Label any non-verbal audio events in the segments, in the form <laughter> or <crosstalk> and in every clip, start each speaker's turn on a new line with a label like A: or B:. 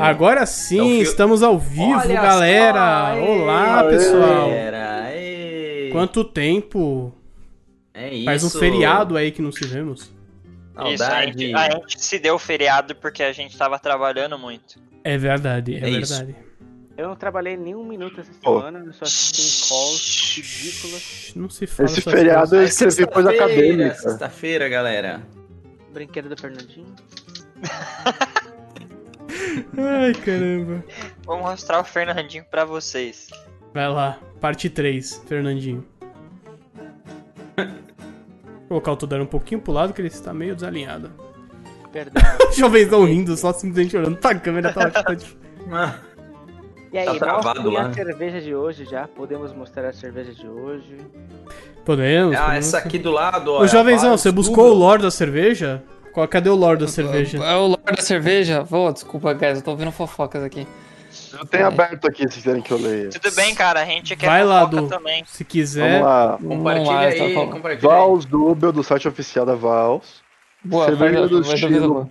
A: Agora sim,
B: Então, fio-
A: estamos ao vivo,
B: Olha
A: galera!
B: só, hein?
A: Olá,
B: Aê.
A: pessoal!
B: Galera, ei.
A: Quanto tempo!
B: É isso.
A: Faz um feriado aí que não se vemos.
C: Isso, a
B: Saudade. Ah, é
C: gente, a gente se deu feriado porque a gente tava trabalhando muito.
A: É verdade, é,
B: É isso.
A: verdade.
D: Eu não trabalhei nem um minuto essa
E: Pô.
D: semana, eu só assisti em calls ridículas.
A: Shhh, Não se fala
E: Esse
A: essas
E: feriado
A: coisas.
E: eu
B: Aí,
E: escrevi
B: sexta-feira,
E: coisa acadêmica.
B: Sexta-feira, galera.
D: Brinquedo do Fernandinho.
B: é-
A: Ai, caramba.
C: Vou mostrar o Fernandinho pra vocês.
A: Vai lá, parte 3, Fernandinho. Colocar o Todaro um pouquinho pro lado, que ele está meio desalinhado. <laughs>
D: Perdão.
A: Jovenzão rindo, só simplesmente olhando pra câmera. Tá, tá de-
D: E aí,
B: Tá travado
D: mostra
B: lá.
D: a cerveja de hoje já. Podemos mostrar a cerveja de hoje.
A: Podemos?
B: Ah,
A: podemos.
B: essa aqui do lado, ó.
A: Ô, Jovenzão,
B: Vários
A: você buscou o
B: Google.
A: Lorde da cerveja? Qual- Cadê o Lorde da cerveja?
F: É o Lorde da Cerveja? Vou, desculpa, guys, eu tô ouvindo fofocas aqui.
E: Eu tenho aberto aqui se quiserem que eu leia.
C: Tudo bem, cara, a gente quer
A: Vai lá,
C: fofoca
A: Du.
C: também.
A: Se
E: Vamos
A: quiser.
E: lá.
B: Compartilha
F: Vamos lá,
B: aí,
F: tá bom.
B: compartilha aí.
E: Vals Dubel, do site oficial da Vals.
F: Boa,
E: Cerveja
F: cerveja,
E: do
F: cerveja vida
E: estilo.
F: boa.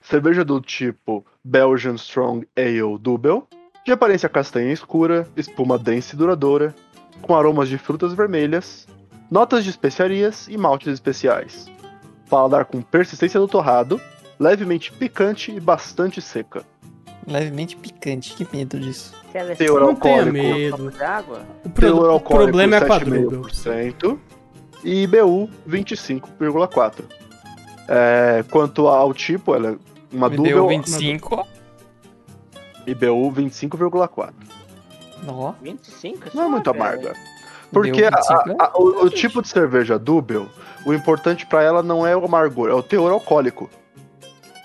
E: Cerveja do tipo Belgian Strong Ale Dubel, de aparência castanha escura, espuma densa e duradoura, com aromas de frutas vermelhas, notas de especiarias e maltes especiais. Paladar com persistência do torrado, levemente picante e bastante seca.
F: Levemente picante, que medo disso.
D: Se ela é
E: Teor
A: Não tenha
E: alcoólico.
A: medo.
D: copo d'água,
A: O, pro-
E: Teor
A: o
E: alcoólico
A: problema é a quadruga.
E: 7,5% e IBU 25,4%. É, quanto ao tipo, ela é uma
F: Me deu
E: dúvida
F: 25.
E: IBU 25,4%.
F: Ó,
D: 25?
E: Não é
F: Ah,
D: só,
E: muito
D: velho.
E: amarga. Porque a-
F: 25, né?
E: a- o, o tipo de cerveja Dubel, o importante pra ela não é o amargor, é o teor alcoólico.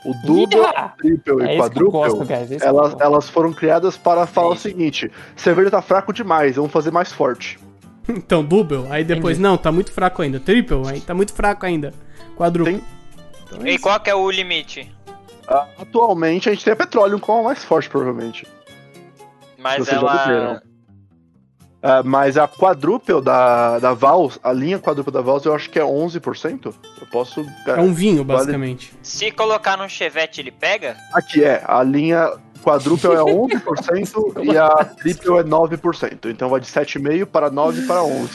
E: O Dubel,
F: Ih,
E: Triple
F: É
E: e
F: isso que eu gosto,
E: Quadruple,
F: guys. é isso que eu
E: elas,
F: gosto.
E: elas foram criadas para falar o seguinte: cerveja tá fraco demais, vamos fazer mais forte.
A: Então, double. Aí depois,
F: Entendi.
A: não, tá muito fraco ainda. Triple, aí tá muito fraco ainda. Quadruple.
E: Tem-
A: Então é
C: E
A: isso.
C: qual que é o limite?
E: A- Atualmente a gente tem a Petroleum como a mais forte, provavelmente.
C: Mas
E: Vocês já
C: ela.
E: beberam. Ah, mas a quadruple da, da Vals, a linha quadruple da Vals, eu acho que é 11%. Eu posso.
A: É um vinho, basicamente.
C: Se colocar num chevette, ele pega?
E: <laughs> Aqui é, a linha quadruple
A: <laughs>
E: é 11% e a triple é 9%. Então vai de 7,5 para 9 para 11. E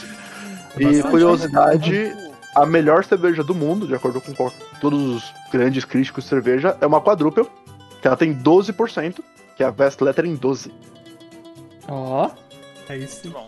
A: Bastante, né?
E: curiosidade, a melhor cerveja do mundo, de acordo com co- todos os grandes críticos de cerveja, é uma quadruple, que ela tem 12%, que é a Vest Letter em 12.
F: Ó,
A: É isso.
C: Bom,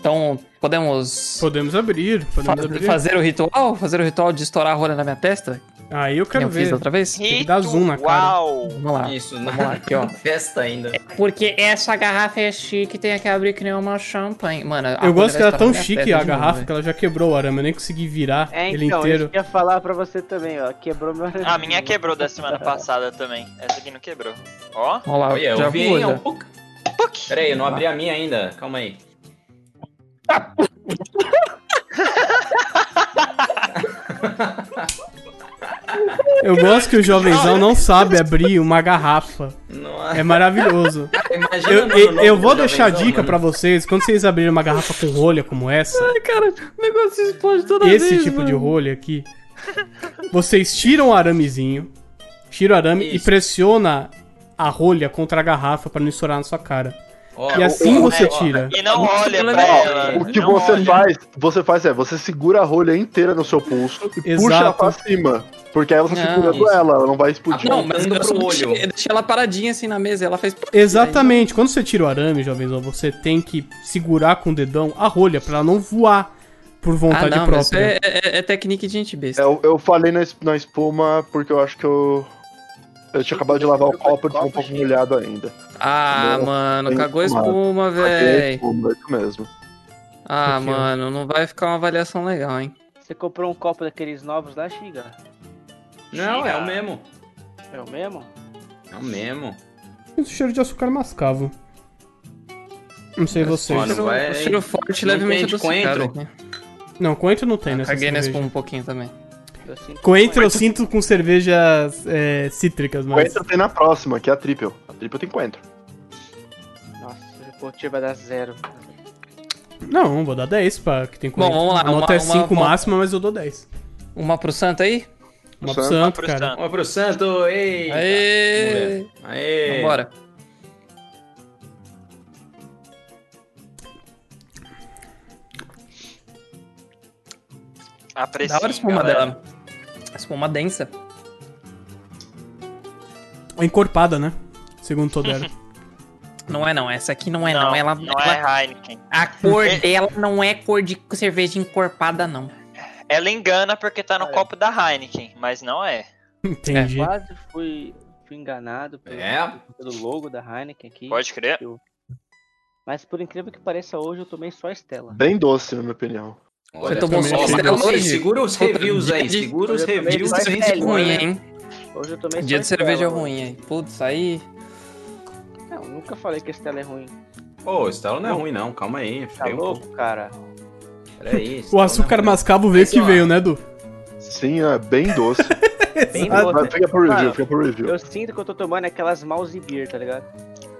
F: então podemos
A: Podemos abrir,
F: fa-
A: podemos abrir.
F: fazer o ritual? Fazer o ritual de estourar a rolha na minha testa?
A: Aí eu
F: Que
A: quero
F: eu fiz
A: ver.
F: da outra vez?
A: que dar zoom na cara.
C: Ritual.
F: Vamos lá.
B: Isso,
F: Vamos lá, aqui, ó.
B: Festa ainda.
F: Porque essa garrafa é chique, tem que abrir que nem uma champanhe. Mano,
A: Eu gosto que ela é tão
F: né?
A: chique, a garrafa, que ela já quebrou o arame. Eu nem consegui virar
D: É,
A: ele
D: então,
A: inteiro.
D: eu ia falar pra você também, ó. Quebrou meu
C: Ah, A minha quebrou da semana passada também. Essa aqui não quebrou. Ó.
F: Olha
A: Ah,
F: lá,
B: Olha, eu
F: já
B: vi
F: voou,
B: hein,
A: né?
F: já.
B: um pouco. Pera aí, eu não abri a minha ainda. Calma aí.
A: Eu gosto que o jovenzão não sabe abrir uma garrafa.
B: Não,
A: É maravilhoso.
B: <laughs> imagina
A: Eu,
B: no-
A: eu-
B: no-
A: eu
B: no
A: vou deixar a
B: jovenzão,
A: dica
B: mano.
A: pra vocês, quando vocês abrirem uma garrafa com rolha como essa,
F: Cara, o negócio explode toda vez.
A: esse tipo de
F: mano.
A: rolha aqui, vocês tiram o aramezinho, tira o arame e
B: Isso.
A: pressiona a rolha contra a garrafa pra não estourar na sua cara.
B: Ó,
A: E
B: ó,
A: assim
B: ó,
A: você
B: ó,
A: tira.
C: Né? E não olha pra
B: Ó,
C: ela.
E: O que
C: É, Não
E: você
C: olha.
E: faz, você faz é, você segura a rolha inteira no seu pulso e
A: Exato.
E: puxa ela pra cima. Porque aí você tá
F: Não,
E: segurando
B: isso.
E: ela, ela não vai explodir.
F: Ah, Não, mas
B: Apontando
F: eu só
B: pro
F: deixei,
B: olho.
F: eu deixei ela paradinha assim na mesa e ela fez.
A: Exatamente, quando você tira o arame, jovenzão, você tem que segurar com o dedão a rolha pra ela não voar por
F: Ah,
A: vontade
F: não, mas isso
A: própria.
F: é, é, é técnica de gente besta.
E: Eu, eu falei na, es- na espuma porque eu acho que eu. Eu tinha acabado de lavar o copo e tava um pouco molhado ainda.
F: Ah,
E: Não,
F: mano,
E: tem
F: cagou a
E: espumado.
F: espuma,
E: Aqui é
F: véi.
E: espuma, é isso mesmo.
F: Ah,
A: Aqui, ó.
F: mano, não vai ficar uma avaliação legal, hein?
C: é-
D: Você comprou um copo daqueles novos lá, Xiga?
B: Não, é o mesmo.
D: É o mesmo?
B: É o mesmo.
A: Esse cheiro de açúcar mascavo. Não sei vocês.
B: Mano, vai-
F: Um cheiro forte,
B: Não
F: levemente
B: tem de
F: adocicado
B: coentro?
F: aqui.
A: Não, coentro não tem
F: Ah,
A: nessa
F: Caguei na
A: cerveja.
F: espuma um pouquinho também.
D: Eu sinto
A: Coentro eu
D: muito.
A: sinto com cervejas é, cítricas, mas...
E: Coentro tem na próxima, que é a triple. A triple tem coentro.
D: Nossa, esse pontinho vai dar zero.
A: Não, vou dar 10 pra que tem coentro.
F: Bom, vamos lá,
A: A nota
F: uma-
A: é 5
F: uma- uma-
A: máxima, mas eu dou 10.
F: Uma pro santo aí?
A: Uma pro
E: Santo.
C: Uma
A: santo,
C: pro
A: cara.
C: Santo.
B: Uma pro santo, ei!
F: Aê!
B: Aê!
F: Vambora.
C: Aprecio.
F: Da hora a espuma dela. A espuma densa.
A: É encorpada, né? Segundo Todero.
F: Não é não, essa aqui não é não.
C: Não,
F: Ela,
C: não
F: ela-
C: é Heineken.
F: A cor
C: É.
F: dela não é cor de cerveja encorpada, não.
C: Ela engana porque tá no
D: Ah, é.
C: copo da Heineken, mas não é.
A: Entendi.
D: Quase fui, fui enganado pelo,
B: É?
D: pelo logo da Heineken aqui.
C: Pode crer.
D: Mas por incrível que pareça, hoje eu tomei só Estela.
E: Bem doce, na minha opinião.
B: Olha, tá
F: Você tomou
B: também
A: só
B: achei
A: Estrela
B: doce.
F: hoje?
B: Segura os
F: Puta,
B: reviews aí,
F: dia de-
B: segura os
D: Eu também
B: reviews.
D: só
F: Cerveja
D: Estela,
F: ruim,
D: né?
F: hein?
D: Hoje eu tomei
F: Dia
D: só
F: de cerveja
D: Estela, mano.
F: ruim, hein? Putz, aí.
D: Não, eu nunca falei que Estela é ruim.
B: Pô, o Estela não é ruim não, calma aí.
D: Tá
B: Freia um pouco.
D: louco, cara?
B: Peraí.
A: O
B: Estela
A: açúcar
B: não é ruim.
A: mascavo veio
B: Mas,
A: que
B: ó,
A: veio, né, Du?
E: Sim, é bem doce.
D: Bem
A: Exato.
E: Mas
D: doce.
E: fica pro review,
D: Mano,
E: fica pro review.
D: Eu sinto que eu tô tomando aquelas mouse beer, tá ligado?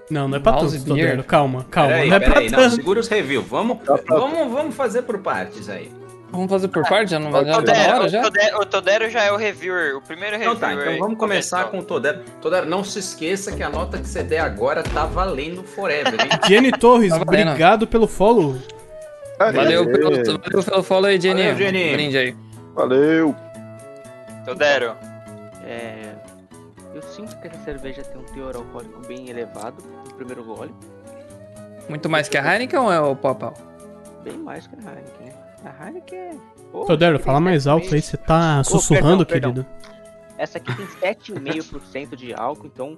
A: Não, não é pra
F: Mouse
A: tanto,
F: beer.
A: Todero. Calma, calma.
B: Peraí,
A: não é
B: peraí,
A: pra
B: não,
A: tanto.
B: segura os reviews. Vamos,
E: Dá pra-
B: vamos, vamos fazer por partes aí.
F: Vamos fazer por parte? Já não vai dar
E: Tá
C: O
E: na
F: hora
C: Todero,
F: já?
C: o Todero- o Todero já é o reviewer, o primeiro reviewer.
B: Então tá, então vamos começar com o Todero. Todero, não se esqueça que a nota que você der agora tá valendo forever,
A: <laughs>
B: hein?
A: Jenny Torres,
F: Tá valendo.
A: obrigado pelo follow.
E: Aê,
F: Valeu pelo, valeu pelo follow aí, Jenny.
B: Valeu, Jenny.
F: Brinde aí.
E: Valeu.
C: Todero,
D: É... Eu sinto que essa cerveja tem um teor alcoólico bem elevado no primeiro gole.
F: Muito mais que a Heineken ou é o Popal?
D: Bem mais que a Heineken, né? A Heineken é... Pô,
A: Todero,
D: tem
A: fala mais alto aí, você tá sussurrando,
D: perdão,
A: querido.
D: Essa aqui tem 7,5% de álcool, então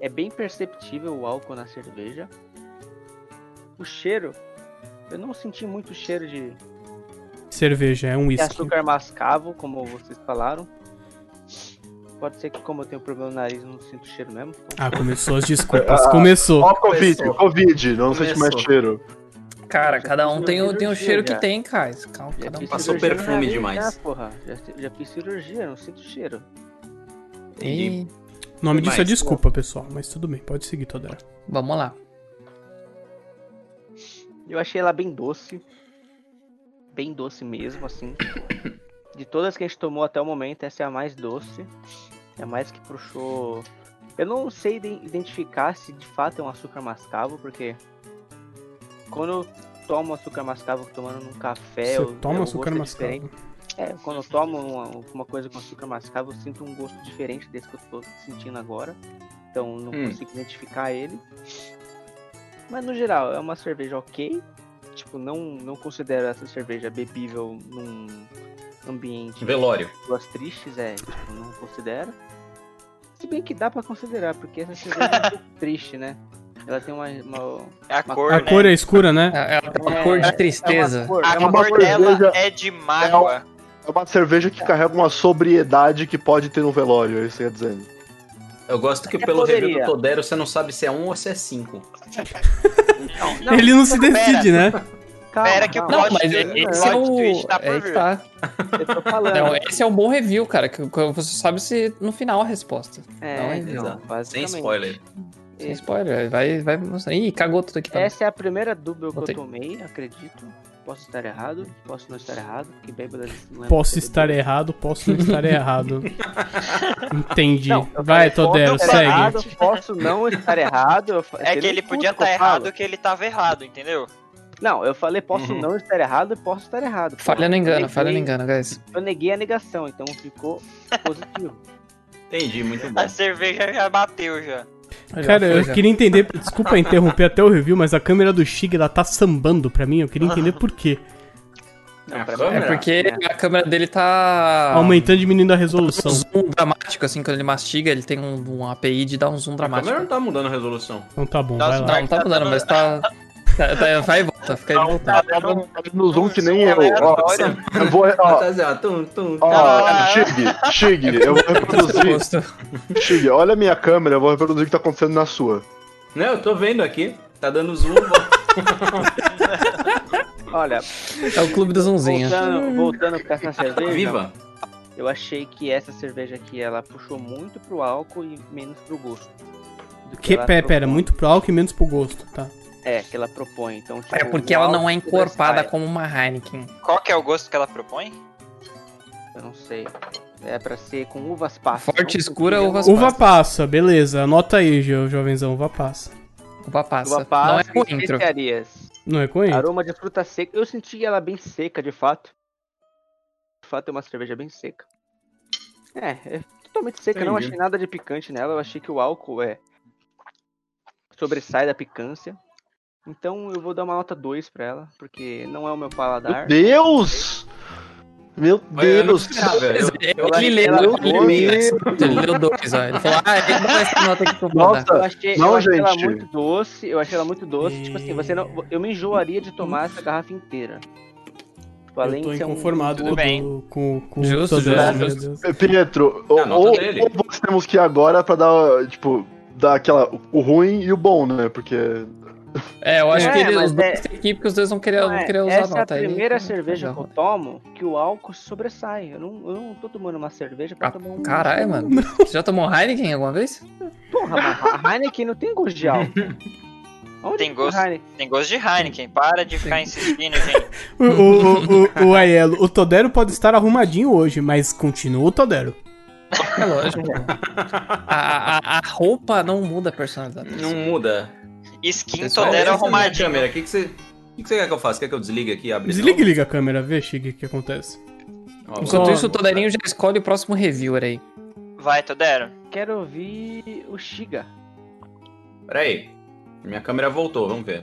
D: é bem perceptível o álcool na cerveja. O cheiro, eu não senti muito cheiro de, de
A: Cerveja, é um uísque.
D: açúcar mascavo, como vocês falaram. Pode ser que como eu tenho problema no nariz, eu não sinto cheiro mesmo. Então,
A: Ah, começou as desculpas,
E: Ah,
A: começou.
E: Ó, Covid, Covid, não
B: Começou.
E: sente mais cheiro.
F: Cara, cada um
D: fiz
F: tem, o- tem o
D: cirurgia
F: cheiro que
D: já.
F: tem, cara. Calma, cada um
D: fiz
B: Passou
D: cirurgia no
B: perfume
D: nariz,
B: demais.
D: Já, porra. Já, já fiz cirurgia, não sinto cheiro.
B: Entendi.
F: Ih,
A: O nome disso é
B: Mas,
A: desculpa, pessoal, mas tudo bem, pode seguir, Todero.
F: Vamos lá.
D: Eu achei ela bem doce. Bem doce mesmo, assim. De todas que a gente tomou até o momento, essa é a mais doce. É a mais que puxou. Eu não sei iden- identificar se de fato é um açúcar mascavo, porque quando eu tomo açúcar mascavo tomando num café.
A: Você
D: o- o
A: toma
D: gosto
A: açúcar
D: é
A: mascavo.
D: diferente. É, quando eu tomo uma, uma coisa com açúcar mascavo, eu sinto um gosto diferente desse que eu tô sentindo agora. Então não
B: Hum.
D: consigo identificar ele. Mas no geral, é uma cerveja ok. Tipo, não, não considero essa cerveja bebível num ambiente de
B: Velório.
D: duas tristes, é, tipo, não considero. Se bem que dá pra considerar, porque essa cerveja é um pouco triste, né? Ela tem uma. uma-
C: é a cor,
A: A
C: né?
A: cor é escura, né?
F: Ela ela tem uma
D: É,
F: cor
D: é
F: de tristeza.
D: cor,
C: A
E: É uma
C: cor dela
E: cerveja-
C: é de mágoa.
E: É uma cerveja que carrega uma sobriedade que pode ter no velório, é isso que eu ia dizendo.
B: Eu gosto que
D: Até
B: pelo review
D: É poderia.
B: do Todero você não sabe se é um ou se é cinco.
C: Não, não,
A: <laughs> Ele não se
C: pera.
A: decide, né?
D: Calma,
C: Pera que o
D: calma.
F: Não,
C: plot
F: mas
C: twist-
F: esse é
C: plot
F: o.
C: twist tá por
F: é que
C: vir.
F: tá.
D: eu tô falando.
F: Não, esse é um bom review, cara, que que você sabe se no final a resposta. não,
D: é, então,
B: exato. Sem
D: basicamente.
B: spoiler.
F: Sem spoiler, vai, vai mostrar. Ih, cagou tudo
A: Tá.
F: aqui também.
D: Essa é a primeira dúvida que
F: Botei.
D: eu tomei, acredito. Posso estar errado, posso não estar errado, porque bêbada não é
A: Posso
D: muito
A: estar
D: bebida.
A: errado, posso não estar errado. Entendi.
D: Não, eu
A: Vai,
D: falei, posso
A: Todero,
D: estar
A: segue.
D: errado, posso não estar errado. eu fa-
C: É que
D: entendeu?
C: ele
D: Puto
C: podia
D: que eu
C: estar
D: falo.
C: errado que ele tava errado, entendeu?
D: Não, eu falei posso
B: Uhum.
D: não estar errado e posso estar errado. pô.
F: Falha não
D: Eu
F: engano,
D: neguei-
F: falha não engano, guys.
D: Eu neguei a negação, então ficou
A: <laughs>
D: positivo.
B: Entendi, muito bom.
C: A cerveja já bateu já.
A: Cara,
F: Foi
A: eu
F: já.
A: queria entender. Desculpa interromper até o review, mas a câmera do Shig ela tá sambando pra mim. Eu queria entender por quê.
D: Não,
B: Ah,
D: pra
B: foi
D: mim-
F: É porque a câmera dele tá.
A: Aumentando e diminuindo a
F: Um
A: resolução.
F: zoom dramático, assim, quando ele mastiga, ele tem um, um API de dar um zoom
B: A câmera não
F: dramático.
B: tá mudando a resolução.
A: Então tá bom,
C: Nossa,
A: vai lá.
F: Não, não tá mudando, mas tá. tá, tá- vai e volta, fica aí de voltar.
E: Tá dando- tá dando zoom que nem
C: Zoom
E: eu. Ó,
C: aleatório.
E: eu vou.
B: Ela
E: Ó,
B: tá assim, ó, tum, tum, tum.
E: ó,
C: Ah.
E: Chig, Chig, eu vou reproduzir. Chig, olha a minha câmera, eu vou reproduzir o que tá acontecendo na sua.
B: Não, eu tô vendo aqui. Tá dando zoom.
F: <laughs>
D: Olha,
F: É o clube do zoomzinho.
D: voltando, voltando pra essa cerveja,
B: Viva.
D: eu achei que essa cerveja aqui, ela puxou muito pro álcool e menos pro gosto. do
A: Que,
D: ela
A: pera, pera,
D: propõe.
A: muito pro álcool e menos pro gosto, tá?
D: É, que ela propõe. Então, tipo,
F: É porque ela não é
D: o álcool da
F: encorpada
D: Style.
F: como uma Heineken.
C: Qual que é o gosto que ela propõe?
D: Eu não sei. É pra ser com uvas passas.
F: Forte,
D: não
F: escura,
D: sucrilhos.
F: uvas
A: Uva passa, beleza. Anota aí, jo- jovenzão, uva passa.
F: Uva passa.
D: Uva passa.
F: Não é
D: e
F: coentro.
D: especiarias.
A: Não é coentro?
D: Aroma de fruta seca. Eu senti ela bem seca, de fato. De fato, é uma cerveja bem seca. É, é totalmente seca. Eu Não
B: Entendi.
D: achei nada de picante nela. Eu achei que o álcool é. sobressai da picância. Então eu vou dar uma nota 2 pra ela, porque não é o meu paladar.
E: Meu Deus! Meu
B: Eu não
E: Deus!
B: esperava, eu- eu-
F: Ele leu
D: ela-
F: ele
E: ela-
F: leu- ele leu dois, ó. Ele falou, ah, ele não vai essa nota aqui que eu vou
E: Nossa,
F: dar.
D: Eu achei,
E: Não,
D: eu achei ela
E: gente.
D: muito doce, eu achei ela muito doce. Tipo assim, você não,
A: É.
D: eu me enjoaria de tomar essa garrafa inteira. Tipo,
A: Eu tô
D: de ser um-
A: inconformado
C: é Tudo
A: com-
C: bem.
A: com, com
F: Justo,
A: todo
F: justo,
A: esse- meu
F: justo.
A: Deus.
E: Pietro, ou,
B: a nota
E: ou,
B: dele.
E: ou nós temos que ir agora pra dar, tipo, dar aquela. O ruim e o bom, né? Porque.
F: É, eu acho
D: É,
F: que ele,
D: mas
F: os dois
D: é-
F: têm que ir porque os dois vão querer,
D: Não,
F: vão
D: é,
F: querer usar
D: essa
F: a nota. né?
D: é a
F: Ele-
D: primeira
F: não,
D: cerveja que eu
F: não.
D: tomo que o álcool sobressai. Eu não, eu não tô tomando uma cerveja pra
F: Ah,
D: tomar um.
F: Caralho, mano. Você já tomou Heineken alguma vez?
D: Porra, mas
F: <laughs>
D: a Heineken não tem gosto de álcool. Onde
C: Tem
D: que
C: gosto.
D: Heineken-
C: Tem gosto de Heineken, para de ficar insistindo, gente.
A: O, o, o, o, o Aiello, o Todero pode estar arrumadinho hoje, mas continua o Todero.
F: É
D: <laughs>
F: lógico. pô. A, a- a- a roupa não muda a personalidade.
B: Não muda.
C: Skin
F: Pessoal,
B: Olha
C: Todero
B: essa minha
C: arrumadinho.
B: câmera, é o que, que você. O que, que você quer que eu faça? Quer que eu desligue aqui e abra? de
A: Desliga e
B: novo?
A: liga a câmera, vê, Chig, o que acontece.
B: Ó, vou-
F: Enquanto
A: Só-
F: isso, o Toderinho já escolhe o próximo reviewer aí.
C: Vai, Todero.
D: Quero ouvir o Shiga.
B: Peraí. Minha câmera voltou, vamos ver.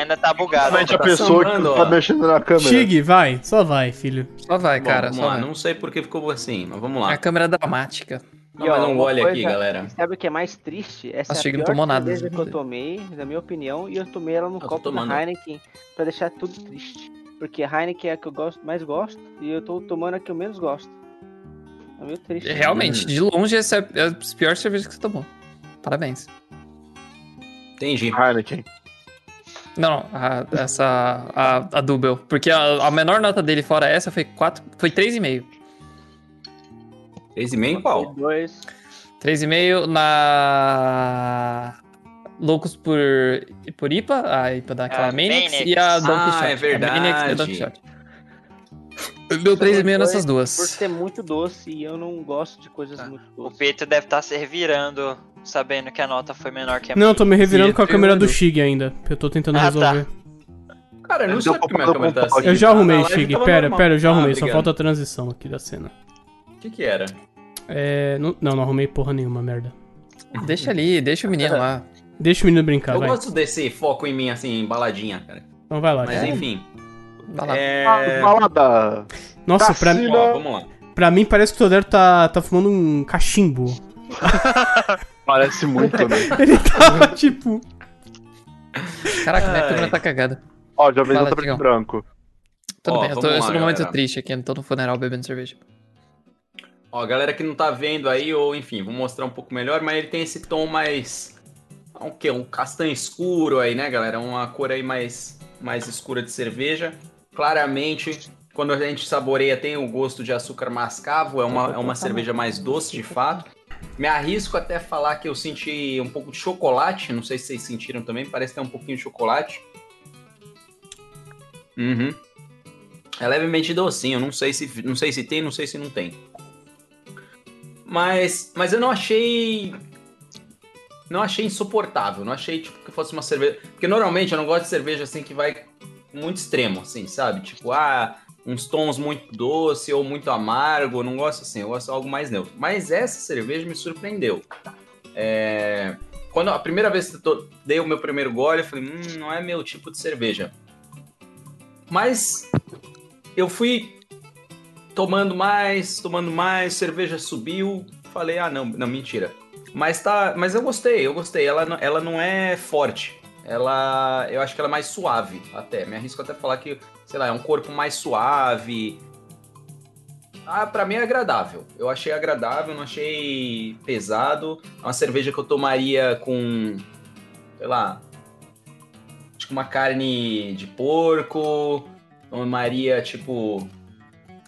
C: Ainda tá bugado.
E: Principalmente a
B: tá
E: pessoa
B: sambando,
E: que tá
B: ó.
E: mexendo na câmera.
A: Chig, vai, só vai, filho.
F: Só vai,
B: Bom,
F: É, cara.
B: vamos
F: Só
B: lá.
F: vai.
B: Não sei porque ficou assim, mas vamos
F: É a
B: lá.
F: câmera dramática.
B: Não, mas
D: E, ó,
B: não
D: uma
B: olha aqui,
D: coisa-
B: galera.
D: Sabe o que é mais triste? Essa
F: Nossa,
D: é
F: Shiga
D: a
F: não
D: pior
F: tomou nada,
D: cerveja que eu
F: inclusive.
D: tomei, na minha opinião, e eu tomei ela no
B: tô
D: copo
B: tomando.
D: da Heineken pra deixar tudo triste. Porque a Heineken é a que eu gosto, mais gosto e eu tô tomando a que eu menos gosto. É meio triste.
B: Hum.
F: Realmente, de longe, essa é a- é a pior cerveja que você tomou. Parabéns.
B: Entendi.
E: Heineken.
F: Não, a- essa. A, a Dubel. Porque a, a menor nota dele, fora essa, foi 4. Foi 3,5.
B: 3,5 em
D: E
B: qual?
D: dois.
F: 3,5 na. Loucos por, por IPA, a IPA daquela
C: A
F: Manix,
C: Manix.
F: e a Don
B: Ah,
F: Quixote.
B: é verdade.
F: A Manix e a Don Quixote. Deu 3,5 nessas
D: Por
F: duas.
D: ser muito doce e eu não gosto de coisas
C: Tá.
D: muito
C: O
D: doces.
C: Pedro deve estar se revirando, sabendo que a nota foi menor que a minha.
A: Não, tô me revirando
F: Sim,
A: com a
F: eu
A: câmera do
F: entendo.
A: Chig ainda. Eu tô tentando
C: Ah, tá.
A: resolver.
B: Cara, eu não
E: Deu
B: sei
E: pra
B: porque minha
E: falar
B: câmera tá
E: com-
B: assim.
A: Eu já
B: Ah, na
A: arrumei,
B: live
A: Chig.
B: tava
A: Pera,
B: normal.
A: pera, eu já
B: Ah,
A: arrumei. Só
B: obrigado.
A: falta a transição aqui da cena.
B: O que que era?
A: É. Não, não, não arrumei porra nenhuma, merda.
F: Deixa ali, deixa o menino lá.
A: Deixa o menino brincar,
B: eu
A: vai.
B: gosto desse foco em mim, assim, embaladinha, cara.
A: Então
F: Tá
A: vai lá,
B: Mas
A: Chig.
B: enfim.
F: Vai lá.
B: É...
E: Fala da.
A: Nossa, pra,
E: Cassino.
B: Ó, vamos lá.
A: pra mim parece que o Todero tá, tá fumando um cachimbo. <laughs>
E: Parece muito, <laughs> né?
A: Ele tava tipo.
F: Caraca, minha
B: Ai.
F: câmera tá cagada.
E: Ó, já veio
F: Fala,
E: o preto e
F: Digão.
E: branco.
F: Tudo
B: Ó,
F: bem, eu tô,
B: vamos lá,
F: eu estou num momento
B: galera.
F: triste aqui, eu tô no funeral bebendo cerveja.
B: Ó, galera que não tá vendo aí, ou enfim, vou mostrar um pouco melhor, mas ele tem esse tom mais. Um quê? Um castanho escuro aí, né, galera? Uma cor aí mais, mais escura de cerveja. Claramente, quando a gente saboreia, tem o gosto de açúcar mascavo, é uma, é uma cerveja mais doce de fato. Me arrisco até a falar que eu senti um pouco de chocolate, não sei se vocês sentiram também, parece ter um pouquinho de chocolate. Uhum. É levemente docinho, não sei se, não sei se tem, não sei se não tem. Mas, mas eu não achei. Não achei insuportável. Não achei tipo que fosse uma cerveja. Porque normalmente eu não gosto de cerveja assim que vai muito extremo, assim, sabe? Tipo, ah, uns tons muito doce ou muito amargo. Eu não gosto assim, eu gosto de algo mais neutro. Mas essa cerveja me surpreendeu. tá? É, Quando a primeira vez que eu to- dei o meu primeiro gole, eu falei, hum, não é meu tipo de cerveja. Mas eu fui tomando mais, tomando mais, cerveja subiu. Falei, ah, não, não, mentira. Mas tá, mas eu gostei, eu gostei. Ela, não- ela não é forte. Ela, eu acho que ela é mais suave até. Me arrisco até a falar que, sei lá, é um corpo mais suave. Ah, pra mim é agradável. Eu achei agradável, não achei pesado. É uma cerveja que eu tomaria com, sei lá, acho que uma carne de porco. Tomaria, tipo.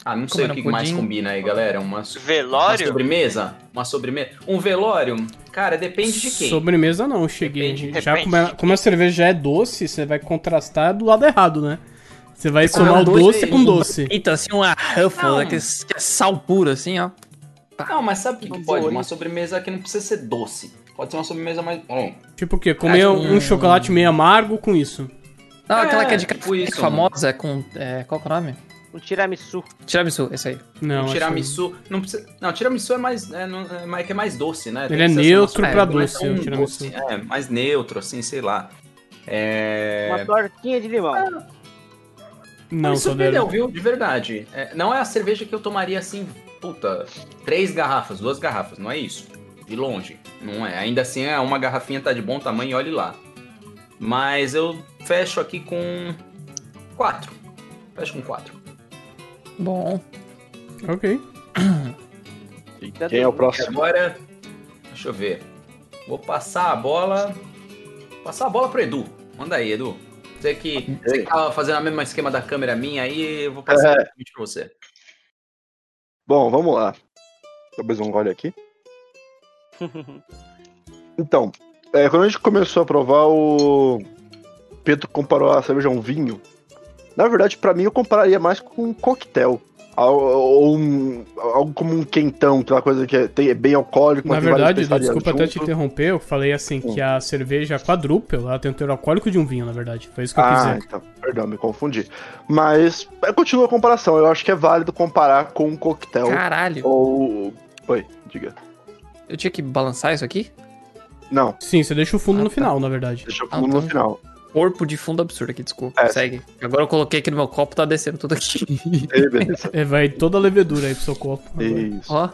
B: Ah, não sei
F: Comer
B: o
F: um
B: que mais
F: pudim.
B: combina aí, galera. Uma uma
C: Velório?
B: sobremesa? Uma sobremesa? Um velório? Cara, depende de quem.
A: Sobremesa não, cheguei.
B: Depende-
A: já
C: depende
A: como, a,
C: de
A: como a cerveja já é doce, você vai contrastar do lado errado, né? Você vai somar o
F: doce
A: doce
F: e-
A: com doce.
F: Então, assim, uma
B: Não.
F: Ruffles, aquele- que é sal puro, assim, ó.
B: Não, mas sabe o que, que
D: Não
B: pode?
D: vou,
B: Uma
D: hein?
B: sobremesa que não precisa ser doce. Pode ser uma sobremesa mais. Bom,
A: Tipo o quê? Comer
F: Ah,
A: um
F: hum.
A: chocolate meio amargo com isso.
F: Não,
B: É,
F: aquela que é de
B: tipo
F: café
B: isso,
F: famosa, com... é, qual que é o nome?
D: Um tiramisu.
F: Tiramisu, esse aí.
A: Não, acho-
B: um tiramisu. Não, precisa... não, tiramisu é mais. É, não- é mais- que é mais doce, né?
A: Ele é
B: Precisa ser
A: neutro
B: uma
A: pra
B: sobremesa,
A: doce,
B: não é
A: o
B: tão
A: tiramisu.
B: doce, É, mais neutro, assim, sei lá. É.
D: Uma tortinha de limão.
A: Não,
B: Me
A: só
D: é
B: surpreendeu,
A: dela.
B: viu? De verdade. É, não é a cerveja que eu tomaria assim, puta, três garrafas, duas garrafas, não é isso. De longe. Não é. Ainda assim, é uma garrafinha tá de bom tamanho e olhe lá. Mas eu fecho aqui com quatro. Fecho com quatro.
F: Bom,
A: Ok.
E: Quem é o
B: E
E: próximo?
B: agora, deixa eu ver. Vou passar a bola. Passar a bola pro Edu. Manda aí, Edu. Você que, você que tava fazendo o mesmo esquema da câmera minha aí, eu vou passar é. pra você.
E: Bom, vamos lá. Talvez um gole aqui. <laughs> Então, é, quando a gente começou a provar, o Pedro comparou a cerveja a um vinho. Na verdade, pra mim, eu compararia mais com um coquetel. Al- Ou um- algo como um quentão, aquela coisa que é, tem- é bem alcoólico.
A: Na
E: mas tem várias
A: verdade, Edu,
E: especiarias
A: desculpa até te
E: junto.
A: interromper, eu falei assim que a cerveja quadrúpel, ela tem um teor alcoólico de um vinho, na verdade. Foi isso que eu quis
E: Ah,
A: dizer.
E: então, perdão, me confundi. Mas é, continua a comparação. Eu acho que é válido comparar com um
B: É
E: coquetel.
F: caralho.
E: Ou. Oi, diga.
F: Eu tinha que balançar isso aqui?
E: Não,
A: Sim, você deixa o fundo
F: Ah,
A: no
F: tá.
A: final, na verdade.
E: deixa eu
F: Ah,
E: falar no
F: tá.
E: final.
F: <laughs> Corpo de fundo absurdo aqui, desculpa.
E: É.
F: Segue. Agora eu coloquei aqui no meu copo, tá descendo tudo aqui.
E: Ei, beleza. É
A: É, vai toda a levedura aí pro seu corpo. agora.
E: Isso.
F: Ó,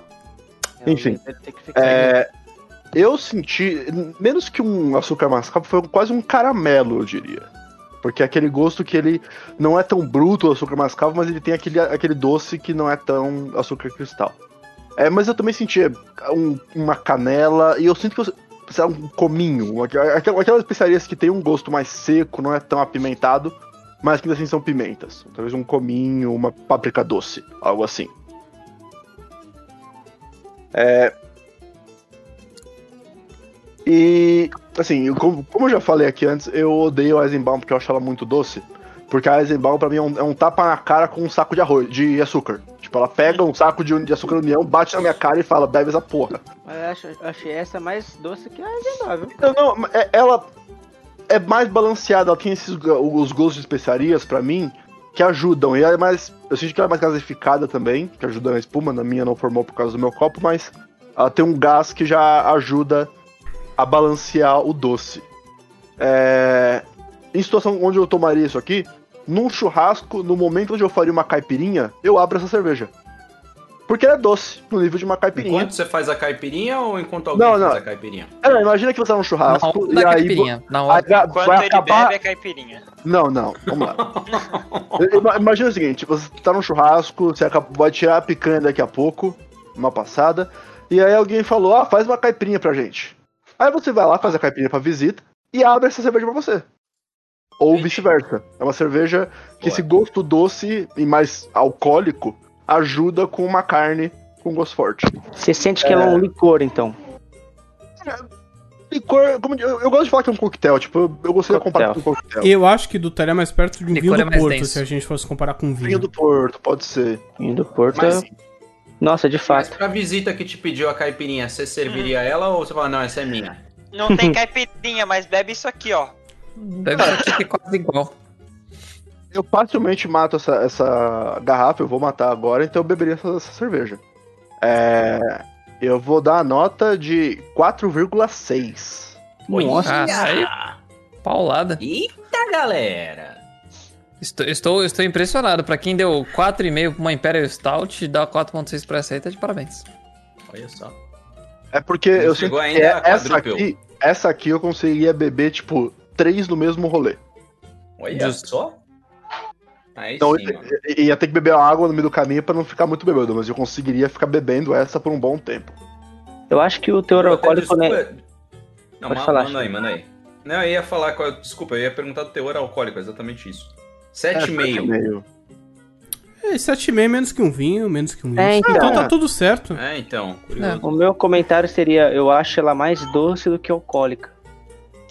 E: Enfim.
D: Tem que né? ficar
E: É, eu senti, menos que um açúcar mascavo, foi quase um caramelo, eu diria. Porque é aquele gosto que ele não é tão bruto o açúcar mascavo, mas ele tem aquele, aquele doce que não é tão açúcar cristal. É, mas eu também sentia um- uma canela, e eu sinto que eu sei lá, um cominho, aqu- aqu- aquelas especiarias que tem um gosto mais seco, não é tão apimentado, mas que ainda assim são pimentas. Talvez um cominho, uma páprica doce, algo assim. E, assim, eu- como, como eu já falei aqui antes, eu odeio a Eisenbaum porque eu acho ela muito doce. Porque a Eisenbaum, pra mim, é um, é um tapa na cara com um saco de arroz, de açúcar. Tipo, ela pega um saco de, de açúcar união, bate na minha cara e fala, bebe essa porra.
D: Mas eu acho- eu achei essa mais doce que a Agendó, viu?
E: Então, não, é- ela é mais balanceada, ela tem esses, go- os gostos de especiarias, pra mim, que ajudam. E ela é mais. Eu sinto que ela é mais gasificada também, que ajuda na espuma. Na minha não formou por causa do meu copo, mas ela tem um gás que já ajuda a balancear o doce. É, Em situação onde eu tomaria isso aqui, num churrasco, no momento onde eu faria uma caipirinha, eu abro essa cerveja. Porque ela é doce, no nível de uma caipirinha.
B: Enquanto você faz a caipirinha ou enquanto alguém
E: Não,
B: faz
E: não.
B: a caipirinha?
E: É, não, imagina que você tá num
F: na
E: churrasco
F: hora
E: e
F: da
E: aí.
F: caipirinha. Na
E: Aí
F: hora.
E: ga-
C: Enquanto
E: vai
C: ele
E: acabar.
C: bebe, é caipirinha.
E: Não, não,
C: <laughs>
E: vamos lá. Eu- ima- Imagina o seguinte: você tá num churrasco, você acaba- vai tirar a picanha daqui a pouco, uma passada, e aí alguém falou: ah, faz uma caipirinha pra gente. Aí você vai lá, faz a caipirinha pra visita e abre essa cerveja pra você. Ou vice-versa. É uma cerveja que
B: Boa.
E: esse gosto doce e mais alcoólico ajuda com uma carne com gosto forte.
D: Você sente que ela é um licor, então.
E: Licor, como eu- eu, eu gosto de falar que é um coquetel, tipo, eu, eu gostaria de comparar com um coquetel.
A: Eu acho que do Taré é mais perto de um
F: Licor
A: vinho
F: é
A: do
F: mais
A: Porto,
F: denso.
A: se a gente fosse comparar com um
E: Vinho
A: vinho.
E: do Porto, pode ser.
D: Vinho do Porto.
B: Mas,
D: Nossa, de
B: mas
D: fato.
B: pra visita que te pediu a caipirinha, você serviria ela ou você fala, não, essa é minha?
C: Não tem caipirinha, mas bebe isso aqui, ó.
F: Deve ser que é quase igual.
E: Eu facilmente mato essa, essa garrafa, eu vou matar agora, então eu beberia essa, essa cerveja. É, eu vou dar a nota de 4,6.
F: Nossa, Ah, aí, paulada.
B: Eita, galera!
F: Estou, estou, estou impressionado. Pra quem deu 4,5 pra uma Imperial Stout, dá 4,6 pra essa aí, tá de parabéns.
B: Olha só.
E: É porque
B: Não
E: eu sei
B: chegou
E: que
B: ainda
E: é-
B: a
E: essa
B: quadruple.
E: aqui, essa aqui eu conseguiria beber, tipo, três no mesmo rolê.
B: Olha
F: Justo.
B: só. Aí
E: Então,
B: sim, mano.
E: eu- eu ia ter que beber água no meio do caminho pra não ficar muito bebendo, mas eu conseguiria ficar bebendo essa por um bom tempo.
D: Eu acho que o teor
B: Pô,
D: alcoólico, né?
B: desculpa- Não,
D: Pode
B: ma-
D: falar,
B: manda aí, manda aí. Não, eu ia falar, qual- desculpa, eu ia perguntar do teor alcoólico, exatamente isso. 7,5.
E: meio.
A: É, 7,5 menos que um vinho, menos que um vinho.
D: É, então.
A: então tá tudo certo.
B: É, então, curioso.
D: O meu comentário seria: eu acho ela mais doce do que alcoólica.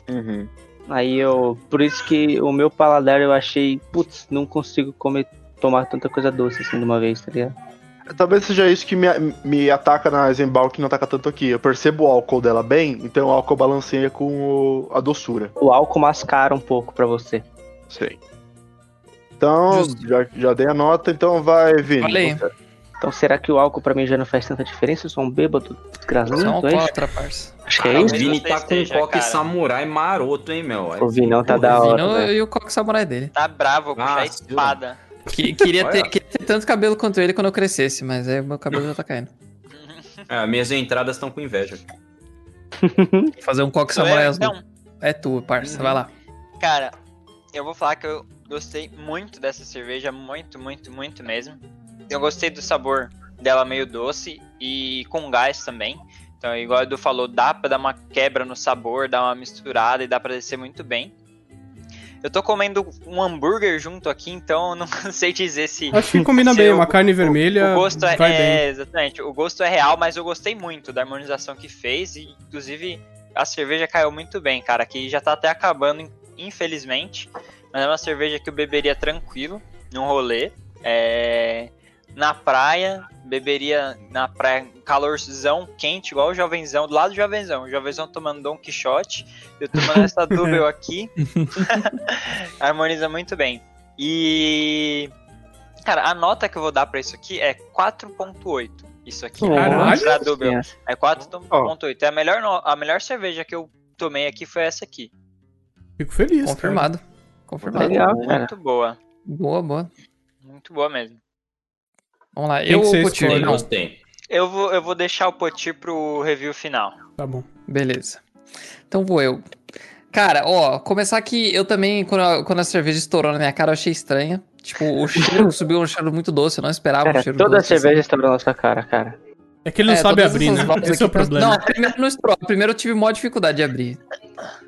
E: Uhum.
D: Aí eu. Por isso que o meu paladar eu achei. Putz, não consigo comer, tomar tanta coisa doce assim de uma vez, tá ligado?
E: Talvez seja isso que me, me ataca na Eisenbach que não ataca tanto aqui. Eu percebo o álcool dela bem, então o álcool balanceia com o- a doçura.
D: O álcool mascara um pouco pra você.
E: Sei. Então,
F: Justo.
E: já, já dei a nota, então vai, Vini.
F: Olha aí.
E: Você-
D: Então será que o álcool pra mim já não faz tanta diferença? Eu sou um bêbado desgraçado,
F: Só um
D: é isso?
F: contra, parça.
D: Acho que é
B: Cara, o
D: isso.
C: Talvez
B: Vini tá
C: você
B: com um
C: esteja,
B: coque
C: cara.
B: samurai maroto, hein, meu?
D: O Vinão tá da
F: O
D: hora.
F: Vino
E: né?
D: velho.
F: e o coque samurai dele.
C: Tá bravo, com
B: Ah,
C: a espada.
F: Que- queria, ter,
B: Olha.
F: queria ter tanto cabelo quanto ele quando eu crescesse, mas aí o meu cabelo já tá caindo.
B: É, minhas entradas estão com inveja.
F: Fazer um coque
C: Isso
F: samurai
C: é,
F: azul.
C: então,
F: É tu, parça.
C: Uhum.
F: Vai lá.
C: Cara, eu vou falar que eu gostei muito dessa cerveja, muito, muito, muito mesmo. Eu gostei do sabor dela meio doce e com gás também. Então, igual o Edu falou, dá pra dar uma quebra no sabor, dar uma misturada e dá pra descer muito bem. Eu tô comendo um hambúrguer junto aqui, então eu não <laughs> sei dizer se
A: Acho que combina
C: Se
A: bem,
C: o-
A: uma carne vermelha
C: o gosto é,
A: vai
C: é,
A: bem.
C: exatamente, o gosto é real, mas eu gostei muito da harmonização que fez e inclusive a cerveja caiu muito bem, cara, que já tá até acabando, in- infelizmente, mas é uma cerveja que eu beberia tranquilo num rolê, é, na praia, beberia na praia, calorzão quente, igual o jovenzão, do lado do jovenzão, o jovenzão tomando Don Quixote, eu tomando essa dúbel aqui, <laughs> harmoniza muito bem. E Cara, a nota que eu vou dar pra isso aqui é 4.8. Isso aqui. né?
A: Caralho. um
C: Pra Double.
D: Nossa,
C: É 4.8. É a melhor, no- a melhor cerveja que eu tomei aqui foi essa aqui.
A: Fico feliz. cara.
F: Confirmado. Confirmado.
D: Legal, cara.
C: Muito boa.
F: Boa, boa.
C: Muito boa mesmo.
F: Vamos lá.
A: Quem
F: Eu
A: que você
F: vou então. tirar.
A: escolhe?
F: Não,
B: Gostei.
C: Eu vou, eu vou deixar o Potir pro review final.
A: Tá bom.
F: Beleza. Então vou eu. Cara, ó, começar que eu também, quando a, quando a cerveja estourou na minha cara, eu achei estranha. Tipo,
D: <laughs>
F: o cheiro subiu um cheiro muito doce, eu não esperava um
D: Cara,
F: cheiro
D: É, toda a
F: doce. assim.
D: cerveja está na nossa cara, cara.
A: É que ele não
F: É,
A: sabe
F: todas
A: abrir,
F: essas
A: né?
F: voltas
A: Esse é o
F: aqui-
A: problema.
F: Não, primeiro não estourou. Primeiro eu tive maior dificuldade de abrir.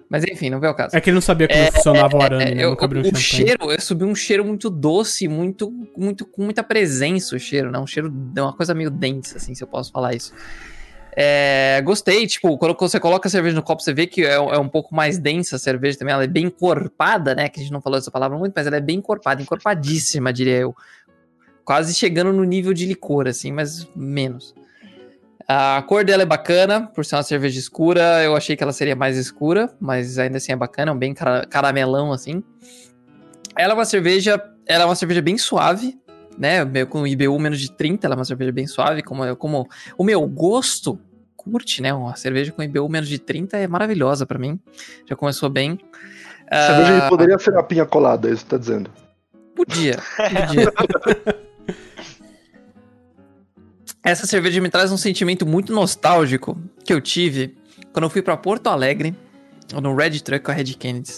F: Mas enfim, não veio o caso.
A: É que ele não sabia como funcionava o arame,
F: É,
A: né?
F: eu-
A: Nunca abriu um
F: o
A: champanhe.
F: cheiro, eu subi um cheiro muito doce, muito, muito, com muita presença o cheiro, né? Um cheiro, uma coisa meio densa, assim, se eu posso falar isso. É, gostei, tipo, quando você coloca a cerveja no copo, você vê que é, é um pouco mais densa a cerveja também, ela é bem encorpada, né? Que a gente não falou essa palavra muito, mas ela é bem encorpada, encorpadíssima, diria eu. Quase chegando no nível de licor, assim, mas menos. A cor dela é bacana, por ser uma cerveja escura, eu achei que ela seria mais escura, mas ainda assim é bacana, é um bem cara- caramelão assim. Ela é uma cerveja, ela é uma cerveja bem suave, né? meio Com IBU menos de 30, ela é uma cerveja bem suave, como, eu- como o meu gosto curte, né? Uma cerveja com IBU menos de 30 é maravilhosa pra mim. Já começou bem.
E: Cerveja
F: Ah,
E: que poderia ser a pinha colada, é isso que tá dizendo.
F: Podia, podia. Essa cerveja me traz um sentimento muito nostálgico que eu tive quando eu fui pra Porto Alegre, no Red Truck com a Red Kennedy.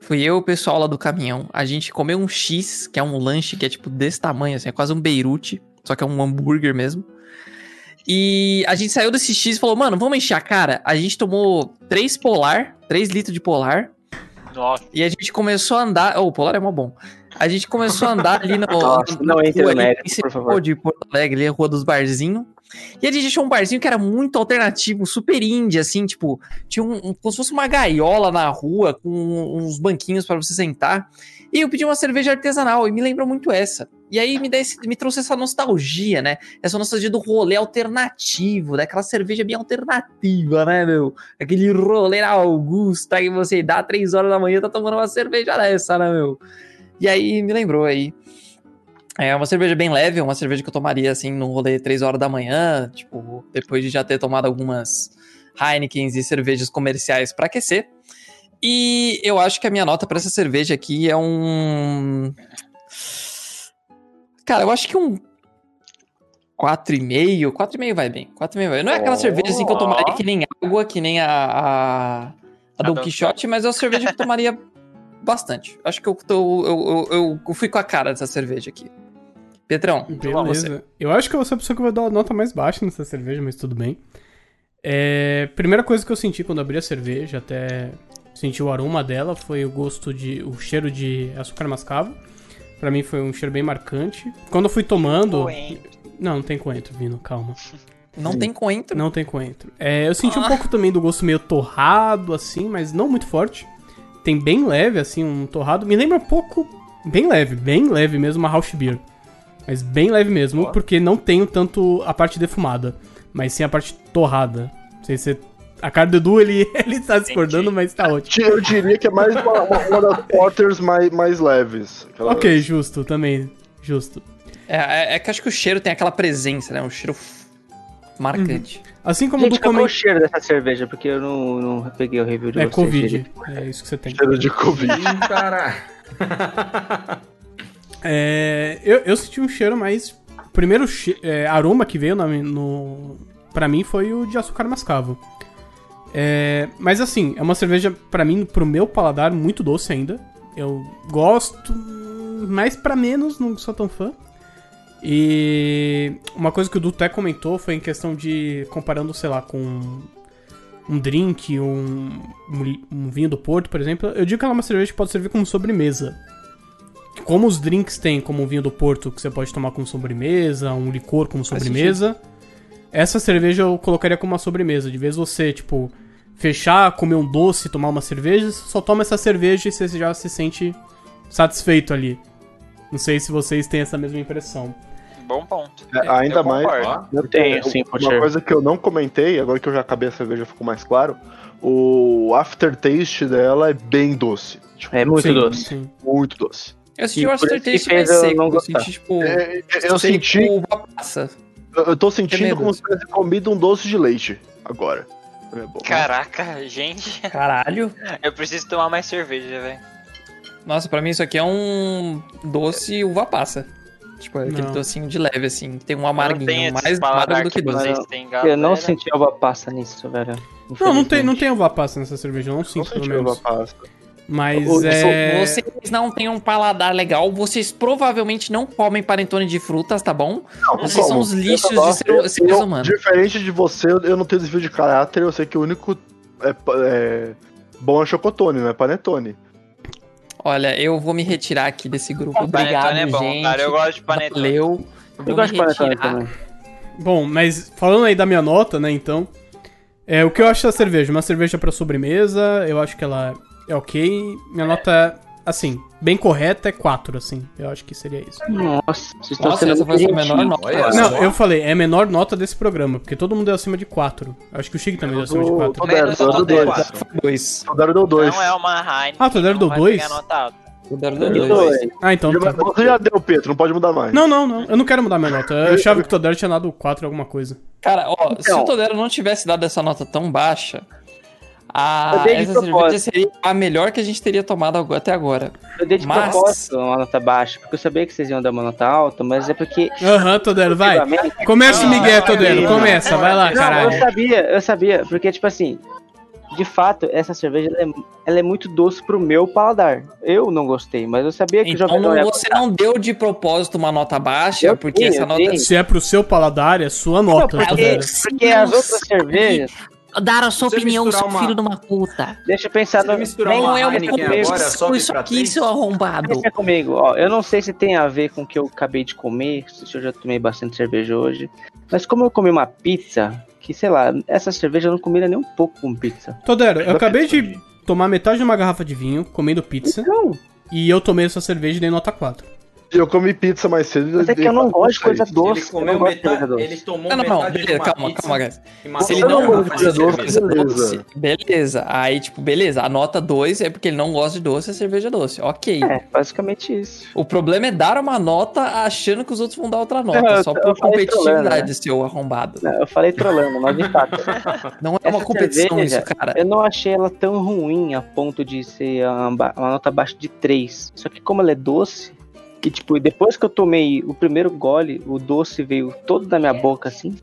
F: Fui eu e o pessoal lá do caminhão. A gente comeu um X, que é um lanche que é tipo desse tamanho, assim, é quase um Beirute, só que é um hambúrguer mesmo. E a gente saiu desse X e falou, mano, vamos encher a cara. A gente tomou 3 polar, 3 litros de polar,
C: Nossa.
F: e a gente começou a andar. Oh, o Polar é mó bom. A gente começou a andar ali no.
D: <laughs> Nossa, não entra no
F: ali
D: mérito,
F: principal
D: por favor.
F: De Porto Alegre, ali, a rua dos barzinhos. E a gente achou um barzinho que era muito alternativo, super indie, assim, tipo, tinha um, um- como se fosse uma gaiola na rua, com uns banquinhos pra você sentar. E eu pedi uma cerveja artesanal, e me lembra muito essa. E aí me, dá esse- me trouxe essa nostalgia, né? Essa nostalgia do rolê alternativo, daquela cerveja bem alternativa, né, meu? aquele rolê na Augusta que você dá três horas da manhã tá tomando uma cerveja dessa, né, meu? E aí me lembrou aí. É uma cerveja bem leve, uma cerveja que eu tomaria assim no rolê três horas da manhã, tipo, depois de já ter tomado algumas Heinekens e cervejas comerciais pra aquecer. E eu acho que a minha nota pra essa cerveja aqui é um Cara, eu acho que um 4,5, 4,5 vai bem. 4,5 vai. Não é aquela
C: Ó.
F: cerveja assim que eu tomaria que nem água, que nem a, a, a Don
C: Don
F: Quixote, mas é uma cerveja que eu tomaria bastante. Acho que eu, tô, eu, eu, eu fui com a cara dessa cerveja aqui. Petrão, vamos você.
A: Então, Beleza. Eu acho que eu vou ser a pessoa que vai dar a nota mais baixa nessa cerveja, mas tudo bem. É, primeira coisa que eu senti quando abri a cerveja, até senti o aroma dela, foi o gosto de. o cheiro de açúcar mascavo. Pra mim foi um cheiro bem marcante. Quando eu fui tomando. Não, não tem coentro, Vino, calma.
F: Não tem coentro.
A: Não tem coentro. É, eu senti um
F: Ah.
A: pouco também do gosto meio torrado, assim, mas não muito forte. tem bem leve, assim, um torrado. Me lembra um pouco, bem leve, bem leve mesmo, uma house beer. Mas bem leve mesmo,
C: Ó.
A: porque não tenho tanto a parte defumada, mas sim a parte torrada. Não sei se... A cara do Edu, ele, <laughs> ele tá discordando, mas tá ótimo.
E: Ti- Eu diria que é mais uma, uma- uma das porters mais, mais leves. Aquela-
A: Ok, justo, também, justo.
F: É, é- é que eu acho que o cheiro tem aquela presença, né? Um cheiro f- marcante.
A: Assim como o
D: Gente,
A: do
D: qual que é o
A: comentário...
D: cheiro dessa cerveja? Porque eu não, não peguei o review de
A: É,
D: vocês.
A: Covid.
D: gente.
A: É isso que você tem.
E: Cheiro de
B: <laughs>
E: Covid. né?
B: Ih, caralho.
A: É, eu, eu senti um cheiro mais. O primeiro che- é, aroma que veio na mi- no, pra mim foi o de açúcar mascavo. É, mas assim, é uma cerveja, pra mim, pro meu paladar, muito doce ainda. Eu gosto, mas pra menos, não sou tão fã. E uma coisa que o Duté comentou foi em questão de comparando, sei lá, com um drink, um, um li- um vinho do Porto, por exemplo. Eu digo que ela é uma cerveja que pode servir como sobremesa como os drinks têm, como o vinho do Porto, que você pode tomar como sobremesa, um licor como
F: Faz
A: sobremesa, essa cerveja eu colocaria como uma sobremesa. De vez você, tipo, fechar, comer um doce, tomar uma cerveja, você só toma essa cerveja e você já se sente satisfeito ali. Não sei se vocês têm essa mesma impressão.
C: Bom ponto.
E: É, ainda
C: eu
E: mais.
C: concordo.
B: Ó,
E: Eu
D: tenho, sim, pode
E: Uma
D: ser.
E: coisa que eu não comentei, agora que eu já acabei a cerveja, ficou mais claro. O aftertaste dela é bem doce. Tipo,
D: É muito
A: Sim,
D: doce.
A: sim.
E: muito doce.
F: Eu senti
D: E
F: o
D: por isso que
F: aftertaste
D: fez
F: mais
D: eu
F: seco.
D: não
F: Eu
D: gostar.
F: senti, tipo...
E: É, eu, eu
F: eu
E: senti.
F: tipo uma massa.
E: Eu eu tô sentindo
F: Tremendo.
E: como se tivesse comido um doce de leite agora. É bom.
C: Caraca, <laughs> gente,
F: Caralho.
C: eu preciso tomar mais cerveja, velho.
F: Nossa, pra mim isso aqui é um doce uva passa. Tipo, é aquele
A: Não.
F: docinho de leve, assim, que tem
C: Eu
F: um
C: Não tem
F: amarguinho,
C: esses
F: mais
C: paladar
F: amargo
C: que
F: do que doce.
C: vocês
D: Não,
C: têm,
D: Eu
C: galera.
D: não senti uva passa nisso, velho.
A: Não, não tem, não
D: Infelizmente.
A: tem uva passa nessa cerveja, eu não
E: Não
A: sinto, pelo
E: senti
A: menos.
E: uva pasta.
A: Mas
E: O-
A: é.
F: Se vocês não têm um paladar legal, vocês provavelmente não comem parentone de frutas, tá bom?
E: Não,
F: Vocês
E: como?
F: são os lixos
E: Eu-
F: de ser- seres
E: eu-
F: humanos.
E: Diferente de você, eu eu não tenho desvio de caráter, eu sei que o único é, pa- é bom é chocotone, não é panetone.
F: Olha, eu vou me retirar aqui desse grupo. Obrigado,
C: Panetone é bom,
F: gente.
C: cara. Eu gosto de panetone.
F: Valeu.
D: Eu
F: Vou
D: gosto de
F: me
D: panetone
F: retirar.
D: também.
A: Bom, mas falando aí da minha nota, né, então. É, o que eu acho da cerveja? Uma cerveja pra sobremesa, eu acho que ela é ok. Minha nota, assim, bem correta é 4, assim. Eu acho que seria isso.
D: Nossa, vocês estão
F: Nossa,
D: sendo
F: essa
D: muito
F: foi a
D: gentis.
F: menor nota. né?
B: Olha.
A: Não, eu falei, é a menor nota desse programa, porque todo mundo deu acima de 4. Acho que o Chico também deu acima de 4.
E: Roberto, eu dou dois.
F: Dois.
E: O Dário deu dois.
C: Não é uma Heineken.
A: Ah, tu deu
C: não
A: do
C: vai
A: dois?
C: pegar nota alta.
F: Eu quero dar
D: Eu
F: dois.
D: dou, hein?
A: Ah, então tá.
E: Você já deu, Pedro, não pode mudar mais.
A: Não, não, não. Eu não quero mudar minha nota. Eu achava que o Todero tinha dado 4 alguma coisa.
F: Cara, ó, se
D: Então.
F: o Todero não tivesse dado essa nota tão baixa, a,
D: Eu dei de
F: essa cerveja
D: propósito.
F: seria a melhor que a gente teria tomado ago- até agora.
D: Eu dei de
F: Mas-
D: propósito uma nota baixa, porque eu sabia que vocês iam dar uma nota alta, mas é porque.
A: Aham, Todero, vai.
D: ultimamente-
A: Começa o Miguel,
C: Não,
A: Todero.
C: não,
A: Começa,
C: não,
A: vai lá,
C: não,
D: é Não, eu
A: caralho.
D: sabia, eu sabia, porque, tipo assim, de fato, essa cerveja ela é, ela é muito doce pro meu paladar. Eu não gostei, mas eu sabia que o é
F: Então
D: Jovem não
F: não-
D: ia
F: você
D: gostar.
F: não deu de propósito uma nota baixa,
D: Eu
F: porque
D: dei,
F: essa
D: eu
F: nota.
D: dei.
A: Se é pro seu paladar, é sua nota,
D: Não, porque,
F: né?
A: Todero.
D: porque as outras cervejas,
G: Dar a sua
B: Você
G: opinião, seu
B: misturar uma-
G: filho de uma puta.
D: deixa eu pensar
B: Você
D: no.
B: misturar
D: Não
B: uma
D: é uma
B: Heineken
D: coisa,
B: agora, sobe
G: isso
B: pra
G: aqui,
B: três.
G: seu arrombado.
D: Pensa é comigo, ó, eu não sei se tem a ver com o que eu acabei de comer, se eu já tomei bastante cerveja hoje, mas como eu comi uma pizza, que sei lá, essa cerveja não combina nem um pouco com pizza.
A: Todero, eu acabei de tomar metade de uma garrafa de vinho, comendo pizza,
D: Não,
A: e eu tomei essa cerveja e dei nota 4.
E: E Eu comi pizza mais cedo.
D: mas é
E: e-
D: que eu não
E: e-
D: gosto de coisa
B: ele
D: doce, eu não
B: comeu
D: gosto de coisa
B: metade.
D: doce.
B: Ele tomou
F: Não, não, não,
B: metade de
F: beleza,
B: uma
F: calma,
B: pizza
F: calma, guys.
B: e
F: Se
B: matou
F: ele
E: eu
F: não
E: não
B: uma
E: gosto
F: gosta
E: de
F: de
B: garrafa
E: doce,
F: cerveja
B: cerveja.
E: beleza.
F: doce, beleza. Aí, tipo, beleza. A nota 2 é porque ele não gosta de doce, é cerveja doce. Ok.
D: É, basicamente isso.
F: O problema é dar uma nota achando que os outros vão dar outra nota,
D: Não,
F: só
D: É, eu
F: por
D: falei né? trolando,
F: competitividade, seu arrombado.
D: Não, eu falei trolando, mas de fato,
F: Não é uma
D: Essa
F: competição
D: cerveja, é
F: isso, cara.
D: eu não achei ela tão ruim a ponto de ser uma, ba- uma nota abaixo de 3. Só que como ela é doce, e tipo, depois que eu tomei o primeiro gole, o doce veio todo da minha boca, assim.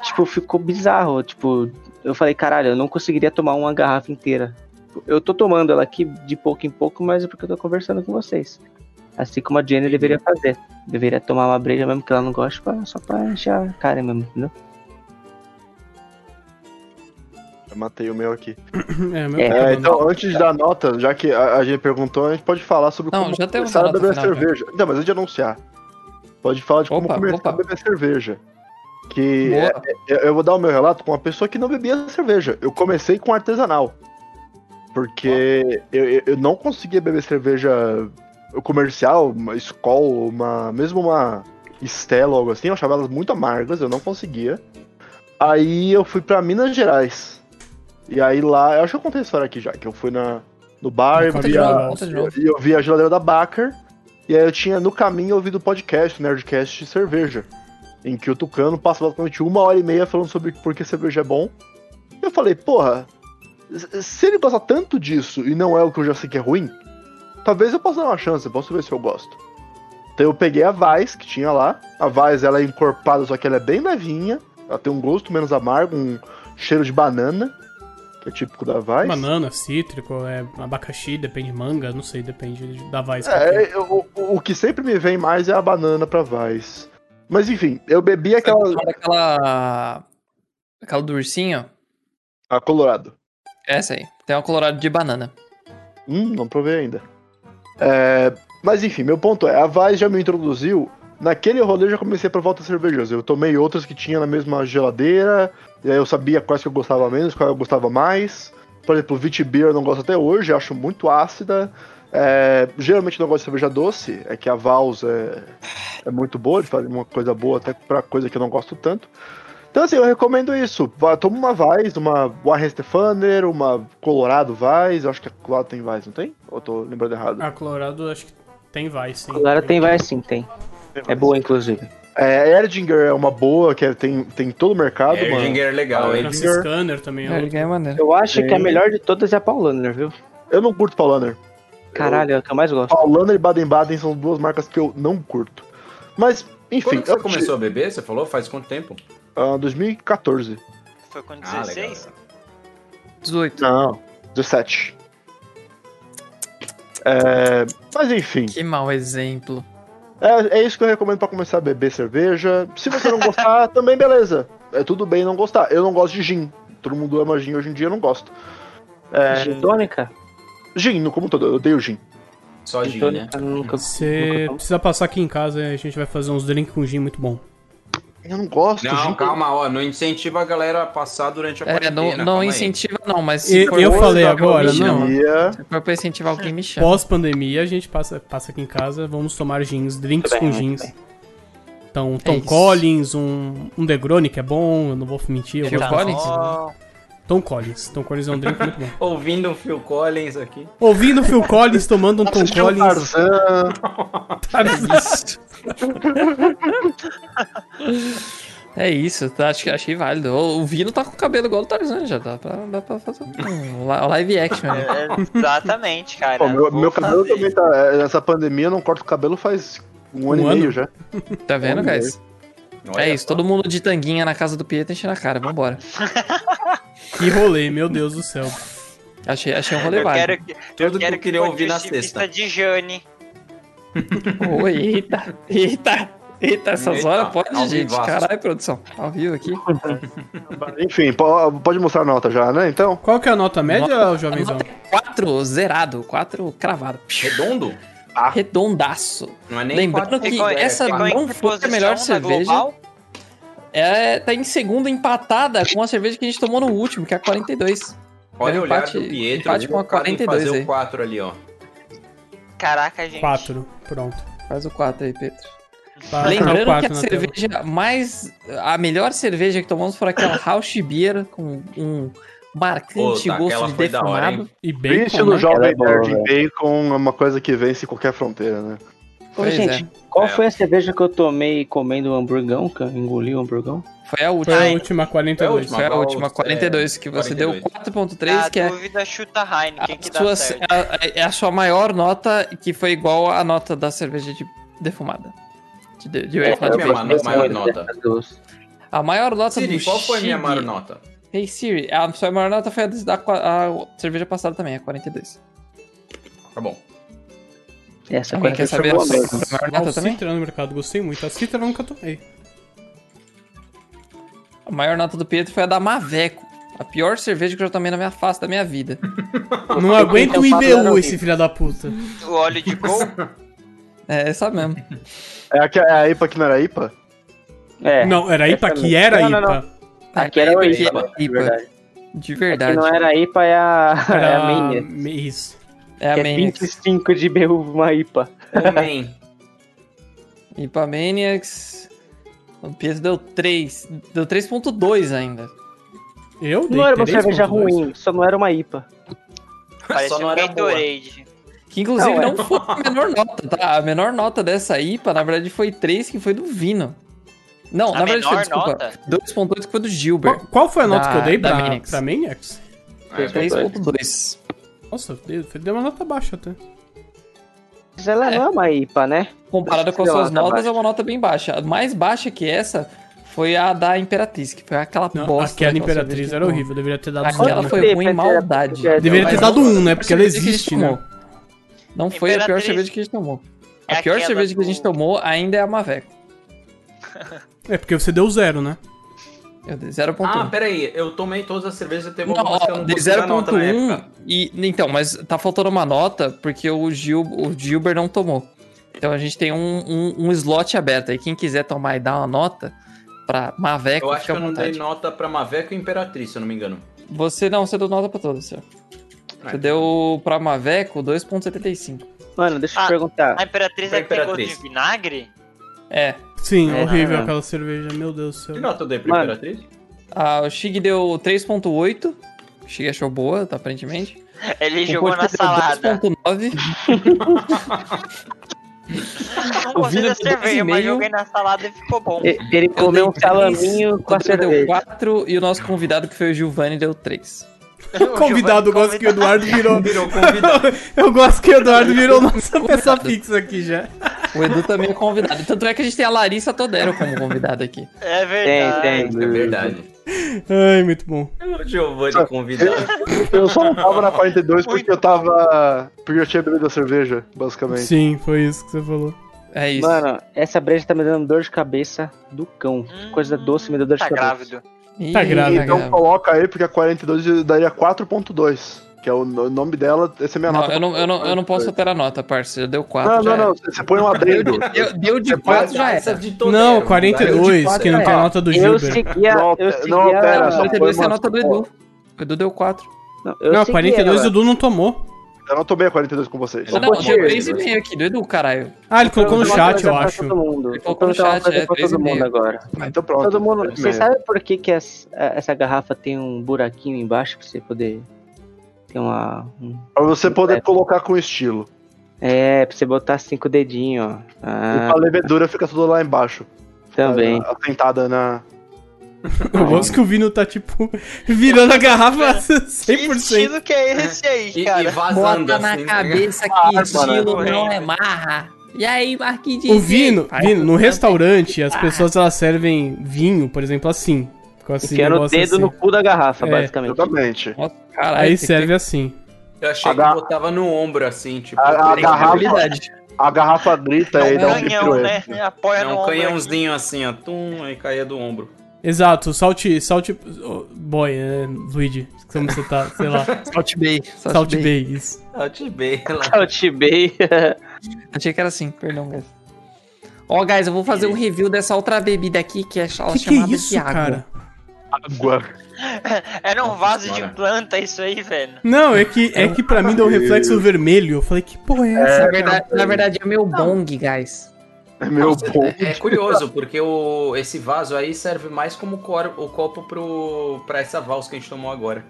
D: Tipo, ficou bizarro. Tipo, eu falei, caralho, eu não conseguiria tomar uma garrafa inteira. Eu tô tomando ela aqui de pouco em pouco, mas é porque eu tô conversando com vocês. Assim como a Jenny deveria fazer. Deveria tomar uma breja mesmo que ela não gosta, pra- só pra encher a cara mesmo, entendeu?
E: Eu matei o meu aqui.
A: <laughs> É, meu
D: É,
A: tá
E: É,
A: bom.
E: então, antes da nota, já que a, a gente perguntou, a gente pode falar sobre
F: Não,
E: como
F: já temos
E: começar
F: a
E: a
F: nota
E: beber
F: final, já.
E: cerveja. Não, mas antes de anunciar. Pode falar de como
F: Opa,
E: começar
F: opa.
E: a beber cerveja. Que
F: Boa.
E: é- eu eu vou dar o meu relato com uma pessoa que não bebia cerveja. Eu comecei com artesanal. Porque eu, eu- eu não conseguia beber cerveja comercial, uma Skol, uma, mesmo uma Stella, algo assim. Eu achava elas muito amargas, eu não conseguia. Aí eu fui pra Minas Gerais. E aí lá, eu acho que eu contei a história aqui já, que eu fui na, no bar e
A: Conta
F: Conta
E: vi,
F: de
A: Via-
F: novo,
E: a,
F: conta de novo.
E: e eu vi a geladeira da Baker. E aí eu tinha no caminho ouvido o podcast, o Nerdcast de cerveja. Em que o Tucano passa basicamente uma hora e meia falando sobre por que cerveja é bom. Eu falei, porra, s- se ele gosta tanto disso e não é o que eu já sei que é ruim, talvez eu possa dar uma chance, posso ver se eu gosto. Então eu peguei a Vice que tinha lá. A Vice ela é encorpada, só que ela é bem levinha. Ela tem um gosto menos amargo, um cheiro de banana, que é típico da Vice.
A: Banana, cítrico, é abacaxi, depende manga, não sei, depende da Vice.
E: É, eu- o, o que sempre me vem mais é a banana pra Vice. Mas enfim, eu
D: É
E: bebi aquela.
F: Aquela. Aquela do ursinho.
E: A Colorado.
F: Essa aí. Tem uma colorada de banana.
E: Hum, não provei ainda. É, mas enfim, meu ponto é: a Vice já me introduziu. Naquele rolê eu já comecei a provar outras cervejas. Eu tomei outras que tinha na mesma geladeira. E aí eu sabia quais que eu gostava menos, quais eu gostava mais. Por exemplo, Vit Beer eu não gosto até hoje, eu acho muito ácida. É, geralmente eu não gosto de cerveja doce, é que a Vals é, é muito boa, eles fazem uma coisa boa até pra coisa que eu não gosto tanto. Então assim, eu recomendo isso. Vá- Toma uma Vaz, uma Warren Stefaner, uma Colorado Vaz, eu acho que a Colorado tem Vaz, não tem? Ou eu tô lembrando errado?
A: A Ah, Colorado acho que tem Vice, sim.
D: Agora tem, vai sim, tem. É boa, inclusive.
E: É, Erdinger é uma boa, que é- tem, tem em todo o mercado, mano.
B: Erdinger é legal,
E: Ah,
B: hein?
A: Francis Scanner também é
F: É,
A: outro.
F: ele é maneiro.
D: Eu acho que a
E: Sim.
D: melhor de todas é a Paulaner, viu?
E: Eu não curto Paulaner.
D: Caralho, é a que eu mais gosto.
E: Paulaner e Baden-Baden são duas marcas que eu não curto. Mas, enfim.
B: Quando que você
E: eu-
B: começou a beber? Você falou? Faz quanto tempo?
E: Ah, 2014.
C: Foi com
B: Ah, legal,
C: 16?
B: legal.
F: 18.
E: Não, 17. É, mas enfim,
F: Que mau exemplo.
E: é, é isso que eu recomendo pra começar a beber cerveja. Se você não gostar, <laughs> também beleza. É tudo bem não gostar. Eu não gosto de gin. Todo mundo ama gin hoje em dia, eu não gosto.
B: É.
E: É,
D: Gin tônica?
E: Gin, no como um todo, eu odeio gin.
B: Só
D: Gin
B: gin, né?
D: tônica nunca.
A: Você
D: nunca tomo.
A: precisa passar aqui em casa e a gente vai fazer uns drinks com gin muito bom.
E: Eu não gosto.
B: Não,
E: gin-
B: calma, ó. Não incentiva a galera a passar durante a
F: É,
B: quarentena.
F: não,
B: né? calma
F: não
B: aí.
F: incentiva, não, mas
A: E- eu
F: pra-
A: falei
F: pra-
A: agora,
F: me
A: não.
F: chama.
E: Ia-
F: Se for pra incentivar alguém, me chama.
A: Pós-pandemia, a gente passa, passa aqui em casa, vamos tomar gins, drinks
D: Muito bem,
A: com
D: muito
A: gins.
D: bem.
A: Então, um Tom
F: É isso.
A: Collins, um, um Negroni, que é bom, eu não vou mentir. Eu
F: Phil
A: gosto bastante.
F: Collins?
A: Tom Collins. Tom Collins é um drink muito bom.
B: Ouvindo um Phil Collins aqui.
A: Ouvindo o Phil Collins, tomando um Tom
E: Assisti um
A: Collins.
E: Tarzan.
F: É isso, tá, acho que achei válido. O o Vino tá com o cabelo igual do Tarzan, já tá? dá pra, dá pra fazer um li- live action. né?
E: <laughs>
C: É, Exatamente, cara.
E: Pô, meu,
C: Vou
E: meu cabelo
C: fazer.
E: também tá. é, Nessa pandemia eu não corto cabelo faz um, ano
A: Um
E: e
A: ano?
E: meio já.
F: Tá vendo, guys?
B: Olha
F: É isso, todo mundo de tanguinha na casa do Pietro enchendo a cara, vambora.
A: <laughs> Que rolê, meu Deus do céu.
F: Achei, achei um rolê
C: Eu
F: válido.
C: quero que, eu
B: Tudo que
C: quero
B: eu queria ouvir na
C: o justiça
B: sexta.
C: de Jane.
F: Ô, eita, eita, eita, essas
B: Eita,
F: horas pode,
B: ao
F: gente.
B: vivaço.
F: Caralho, produção. Ao vivo aqui.
E: Enfim, po- pode mostrar a nota já, né? Então.
A: Qual que é a nota média, jovenzão?
F: Nota 4 zerado, 4 cravado.
B: Redondo? Ah.
F: Redondaço.
B: Não é nem
F: Lembrando
B: quatro,
F: que
C: Ficou-
B: é
F: essa
B: quatro.
C: ficou em
F: não
C: que
F: foi a
C: posição
F: melhor
C: na
F: cerveja.
C: Global?
F: É, tá em segunda empatada com a cerveja que a gente tomou no último, que é a 42.
B: Olha
F: Era
B: o olhar
F: empate-
B: do Pietro.
F: empate com a
B: viu? O cara tem que
F: 42
B: fazer
F: aí.
B: o 4 ali, ó.
C: Caraca, gente.
A: Quatro. Pronto.
F: Faz o 4 aí, Pedro.
A: Tá, tá o
F: Lembrando que
A: quatro
F: a
A: na tela.
F: cerveja mais. A melhor cerveja que tomamos foi aquela Rausch Beer com um marcante
B: Ô, tá,
F: gosto
B: aquela
F: de
B: foi da hora,
F: defumado.
A: E né? bem
E: Triste no
D: Ela é
E: jovem
D: boa,
E: nerd
D: velho.
E: bacon é uma coisa que vence qualquer fronteira, né?
D: Ô,
F: Pois
D: gente, qual foi a cerveja que eu tomei comendo um hamburgão? Que eu engoli um hamburgão?
F: Foi a última.
A: Foi a
C: Ai.
A: última
B: Foi a
A: 42.
B: última.
F: Foi a
B: Mas,
F: última,
B: é,
F: 42, que você
B: 42.
F: deu 4.3,
C: Na
F: que é
C: dúvida, chuta Heineken, Ah, que
F: a
C: dá
F: sua,
C: certo.
F: a, é a sua maior nota, que foi igual à nota da cerveja de defumada. De, de, de,
D: É,
F: eu ia falar de
B: minha
F: bacon.
B: maior- maior nota.
D: dessas duas.
F: A maior nota
B: Siri,
F: do
B: qual foi a minha
F: Chile-
B: maior nota?
F: Hey Siri, a sua maior nota foi a, des- da, qua- a cerveja passada também, a 42.
B: Tá bom.
D: Essa
F: Alguém
D: coisa
F: quer
D: que
F: saber a
D: boa
F: sua
D: mesmo.
F: a maior
A: Nossa,
F: nota também?
A: Citra no mercado, gostei muito. A Citra eu nunca
D: <laughs>
A: tomei.
F: A maior nota do Pedro foi a da Maveco. A pior cerveja que eu já tomei na minha face da minha vida.
A: Não aguento o
D: Então, Fábio, era
A: IBU,
D: horrível.
A: esse filho da puta.
C: O óleo
F: <laughs>
C: de gol?
F: É essa mesmo.
E: É a, que- é a IPA que não era IPA?
D: É,
A: Não, era
D: essa
A: IPA que
D: mesmo.
A: era
D: Não, não,
A: IPA.
D: <laughs> Aqui era
F: Aquela
D: o
F: que
D: IPA,
F: IPA.
D: na é verdade.
F: De
D: É que
F: verdade.
D: não era IPA, é a, é a
A: Era...
D: Maniac.
A: Isso.
F: É a
D: que é
F: Maniacs.
D: 25 de BU, uma IPA.
B: Homem.
F: IPA Maniacs. O Pietro deu 3. Deu 3.2 ainda.
A: Eu dei
D: Não era uma cerveja
A: 3.2.
D: ruim, só não era uma IPA.
C: Parecia
B: <laughs> Só não
C: um
B: era boa.
C: Gatorade.
F: Que inclusive
D: Não, é.
F: não, foi a menor nota, tá? A menor nota dessa IPA, na verdade, foi 3, que foi do Vino. Não,
C: A
F: na verdade, foi,
C: menor
F: desculpa.
C: nota?
F: 2.8 que foi do Gilbert.
A: Qual, qual foi a nota
F: Da-
A: que eu dei
F: da
A: pra,
F: Minix.
A: pra Maniacs?
B: É verdade.
F: 3.2.
A: Nossa, deu, deu uma nota baixa até.
D: Mas ela não é uma IPA, né?
F: Comparada com as
D: Sei lá,
F: suas
D: tá
F: notas,
D: baixo.
F: é uma nota bem baixa. A mais baixa que essa foi a da Imperatriz, que foi aquela
A: Não,
F: bosta.
A: aquela
F: daquela
A: Imperatriz
F: cerveja é que
A: era
F: tomou.
A: horrível, eu deveria ter dado
F: Aquela
A: zero, né?
F: foi
D: Pepe,
F: ruim,
D: Pepe,
F: maldade.
D: Pepe,
A: Deveria
D: Pepe,
A: ter
F: Mas
A: dado
F: não foi
A: um,
F: a
A: né?
F: melhor
A: Porque ela
F: cerveja que a gente
A: existe, né?
F: tomou. Não foi a pior
C: Imperatriz.
F: cerveja que a gente tomou.
C: É
F: A pior
C: aquela
F: cerveja que a
C: do-
F: gente tomou ainda é a Maveco.
A: É porque você deu zero, né?
F: Eu dei 0.1.
B: Ah, peraí, eu tomei todas as cervejas e teve
F: Não,
B: algumas que eu
F: ó,
B: não
F: de
B: consegui dar nota na época.
F: 0.1 e então, mas tá faltando uma nota porque o Gil, o Gilbert não tomou. Então a gente tem um, um, um slot aberto aí. Quem quiser tomar e dar uma nota pra Maveco,
B: Eu acho que
F: é fica à
B: eu não dei
F: vontade.
B: nota pra Maveco e Imperatriz, se eu não me engano.
F: Você não, você deu nota pra todos, senhor. Você
B: É.
F: deu pra Maveco 2.75.
D: Mano, deixa eu
C: Ah,
D: te perguntar.
C: A Imperatriz
B: Foi
C: é que tem gosto de
B: Imperatriz.
C: vinagre?
F: É,
A: Sim,
D: É,
A: horrível
D: não.
A: aquela cerveja, meu Deus do céu.
B: Que nota eu dei pra
D: Mano.
B: Imperatriz?
F: <laughs> a, o Chig deu 3.8. O Chig achou boa, tá, aparentemente.
C: Ele
F: O
C: jogou
F: Porto
C: na
F: deu
C: salada.
F: 2.9.
C: Eu não
F: O
C: gostei da
F: Vila deu dois e
C: cerveja, mas
F: meio.
C: joguei na salada e ficou bom.
D: E- Ele comeu um
F: dei três,
D: salaminho com a
F: Pedro deu
D: cerveja.
F: 4 e o nosso convidado, que foi o Giovanni, deu
C: <laughs>
F: 3.
C: O é
A: Convidado, eu
C: Giovanni
A: gosto que o Eduardo virou.
B: Virou convidado.
A: eu gosto que o Eduardo
F: <laughs>
A: virou nossa peça fixa aqui já.
F: O Edu também é convidado. Tanto é que a gente tem a Larissa Todero como convidada aqui.
C: É verdade.
D: Tem,
F: né?
B: É verdade.
A: Ai, muito bom.
B: O Giovanni
F: <laughs>
B: convidado.
E: Eu só não tava na 42 porque
C: Muito
E: eu tava. Porque eu tinha bebido a cerveja, basicamente.
A: Sim, foi isso que você falou.
F: É isso.
D: Mano, essa breja tá me dando dor de cabeça do cão.
C: Hum,
D: Coisa doce me deu dor de
C: Tá
D: cabeça.
C: grávido.
F: Ih,
A: tá grave,
F: tá
E: Então
F: grave.
E: coloca aí, porque a 42 daria 4.2. Que é o no- nome dela, essa é a minha
F: Não, é.
E: nota.
F: eu não, eu, não, eu não posso alterar a nota, parça. Já deu 4.
E: Não, não, não. Você põe um adendo.
F: Deu, deu de
E: Você
F: 4 já
B: Essa
F: era.
B: de né? todo
A: Não,
B: mundo,
A: 42, que não tem a nota do
D: Eu
A: Gilbert.
D: segui a.
E: Não
D: eu
E: altera-
D: segui
E: não
D: a-
E: altera, só-
F: 42 é a
E: Foi,
F: nota do
E: mano.
F: Edu. O Edu deu 4.
D: Não, eu
A: Não,
D: segui
A: 42 o
D: ela.
A: Edu não tomou.
E: Eu não tomei a 42 com vocês.
F: Ah,
B: Ô,
F: não, deu
B: Potier.
F: 3,5 aqui do Edu, caralho.
A: Ah, ele colocou no
D: Eu vou
A: chat,
D: perguntar
A: eu
D: pra
A: acho.
D: Todo mundo. Então,
F: Ele
D: Eu colocou
F: colocou no
D: no chat,
F: chat, é,
D: pra
F: três e
D: todo mundo
F: meio.
D: agora.
E: Ah, então pronto.
D: Todo mundo,
E: Três e
D: você
E: meia.
D: sabe por que, que essa, essa garrafa tem um buraquinho embaixo pra você poder ter uma. um-
E: Pra você poder
D: É.
E: colocar com estilo.
D: É, pra você botar cinco dedinhos, ó.
E: E
D: Ah,
E: com a levedura fica tudo lá embaixo.
D: também.
A: ah,
E: A- Assentada na.
A: <laughs> Eu gosto que o Vino tá, tipo, <laughs> virando a <laughs> garrafa
C: Que
A: 100%.
C: estilo que é esse
B: E,
C: aí,
B: e
C: cara?
B: vazando assim. tá ligado?
A: né? Ah,
F: que
C: estilo não é
F: marra. E aí, Marquinhos?
A: O Vino,
F: é?
A: Vino,
F: Ah,
A: no restaurante, as pessoas elas servem vinho, por exemplo, assim. Com esse
D: Enfiando o
A: negócio
D: dedo no
A: assim.
D: cu da garrafa,
A: É.
D: basicamente.
E: Exatamente.
F: Caralho,
A: Aí
F: tem que ter
A: serve assim.
B: Eu achei que
E: Agar-
B: botava no ombro assim, tipo.
E: A- a
B: tem que
E: garrafa-
B: abrir-
F: habilidade.
E: A garrafa grita
C: É
E: e
C: um
E: dá um
C: canhão,
E: pirueta.
C: né? Apoia
B: É
C: no
B: um
C: ombro.
B: canhãozinho assim, ó. Tum, aí caía do ombro.
A: Exato, salt, salt oh, boy, é, Luigi, como você tá, sei lá,
F: Salt Bay.
A: salt bay, isso.
B: Eu Ah, te bem lá.
D: Eu te bei.
F: Achei que era assim, perdão, guys. Ó, guys, eu vou fazer um review dessa outra bebida aqui que é ch-
A: Que que
F: chamada
A: é isso,
F: de água.
A: cara?
E: Água.
C: Era um vaso
B: Nossa
C: de
B: senhora.
C: planta isso aí, velho.
A: Não, é que, é que pra mim deu um reflexo vermelho. Eu falei, que porra é essa?
F: Na, verdade, na verdade, é meu bong, guys.
E: É meu bom.
B: É curioso, porque o, esse vaso aí serve mais como cor- o copo pro, pra essa valsa que a gente tomou agora.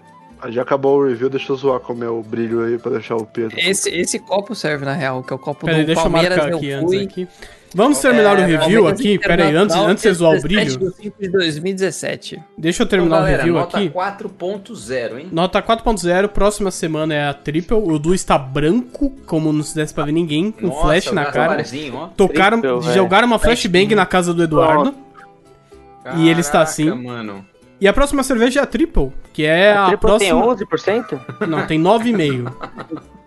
E: Já acabou o review, deixa eu zoar com o meu brilho aí pra deixar o Pedro.
F: Esse, esse copo serve, na real, que é o copo
A: Peraí,
F: do
A: deixa eu
F: Palmeiras.
A: marcar
F: eu
A: aqui
F: fui.
A: antes aqui. Vamos terminar o
F: É,
A: review
F: Palmeiras
A: aqui? Pera aí, antes,
F: Internacional,
A: antes de você zoar o brilho,
F: 17 de 5 de 2017.
A: deixa eu
F: Então,
A: terminar o review
B: nota
A: aqui.
B: 4.0, hein?
A: Nota 4.0, próxima semana é a triple. O Du está branco, como não se desse pra ver ninguém, com Um flash na cara.
B: Gasparzinho, é ó.
A: Tocaram,
D: Triple, velho.
A: jogaram uma flashbang na casa do Eduardo. E ele está assim.
B: Caraca, mano.
A: E a próxima cerveja é a triple, que é a,
D: A tripla tem
A: próxima...
D: 11%?
A: Não, tem
D: <laughs>
A: 9,5.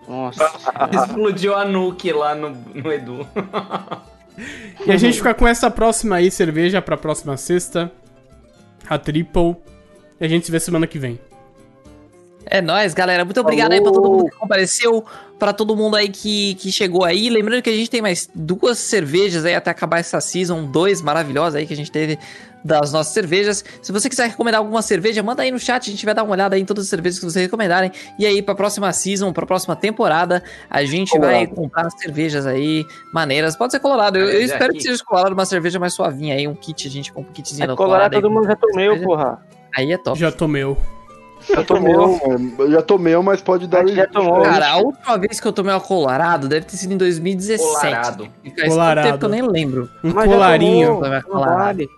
D: Nossa.
B: Explodiu a nuke lá no, no Edu.
A: e a gente fica com essa próxima aí, cerveja, pra próxima sexta. A triple. E a gente se vê semana que vem.
F: É nóis, galera. Muito obrigado aí pra todo mundo que compareceu, pra todo mundo aí que, que chegou aí. Lembrando que a gente tem mais duas cervejas aí até acabar essa Season 2 maravilhosa aí que a gente teve das nossas cervejas. Se você quiser recomendar alguma cerveja, manda aí no chat, a gente vai dar uma olhada aí em todas as cervejas que vocês recomendarem. E aí, pra próxima Season, pra próxima temporada, a gente vai comprar cervejas aí maneiras. Pode ser colorado. Eu, eu
B: É,
F: espero
B: aqui.
F: que seja colorado uma cerveja mais suavinha aí, um kit, a gente compra um kitzinho
D: É
F: da
D: colorado,
F: aí.
D: todo mundo já tomeu, porra.
F: Aí é top.
A: Já tomei. um o-
E: Já tomeu, mano. Já tomeu, mas pode dar.
D: é Já tomou.
F: Cara, a última vez que eu tomei uma colorado deve ter sido em 2017.
B: Colorado.
F: E Faz tanto
A: Colorado.
F: tempo que eu nem lembro.
A: Um
D: Mas já
A: colarinho.
D: tomou,
F: Vai
D: não
F: falar.
D: vale.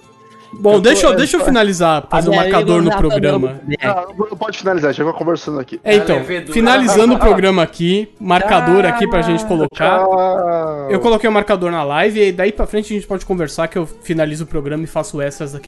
A: Bom,
E: Eu tô-
A: deixa, eu,
E: eu
A: deixa eu
E: tô-
A: finalizar, fazer um
F: Olha, eu
A: marcador no
F: já
A: programa.
F: tomei.
E: Ah, não pode finalizar, já vai conversando aqui.
A: É, então,
B: Ela é vedura.
A: finalizando o programa aqui, marcador aqui pra gente colocar.
E: Tchau.
A: Eu coloquei o marcador na live e daí pra frente a gente pode conversar que eu finalizo o programa e faço extras aqui.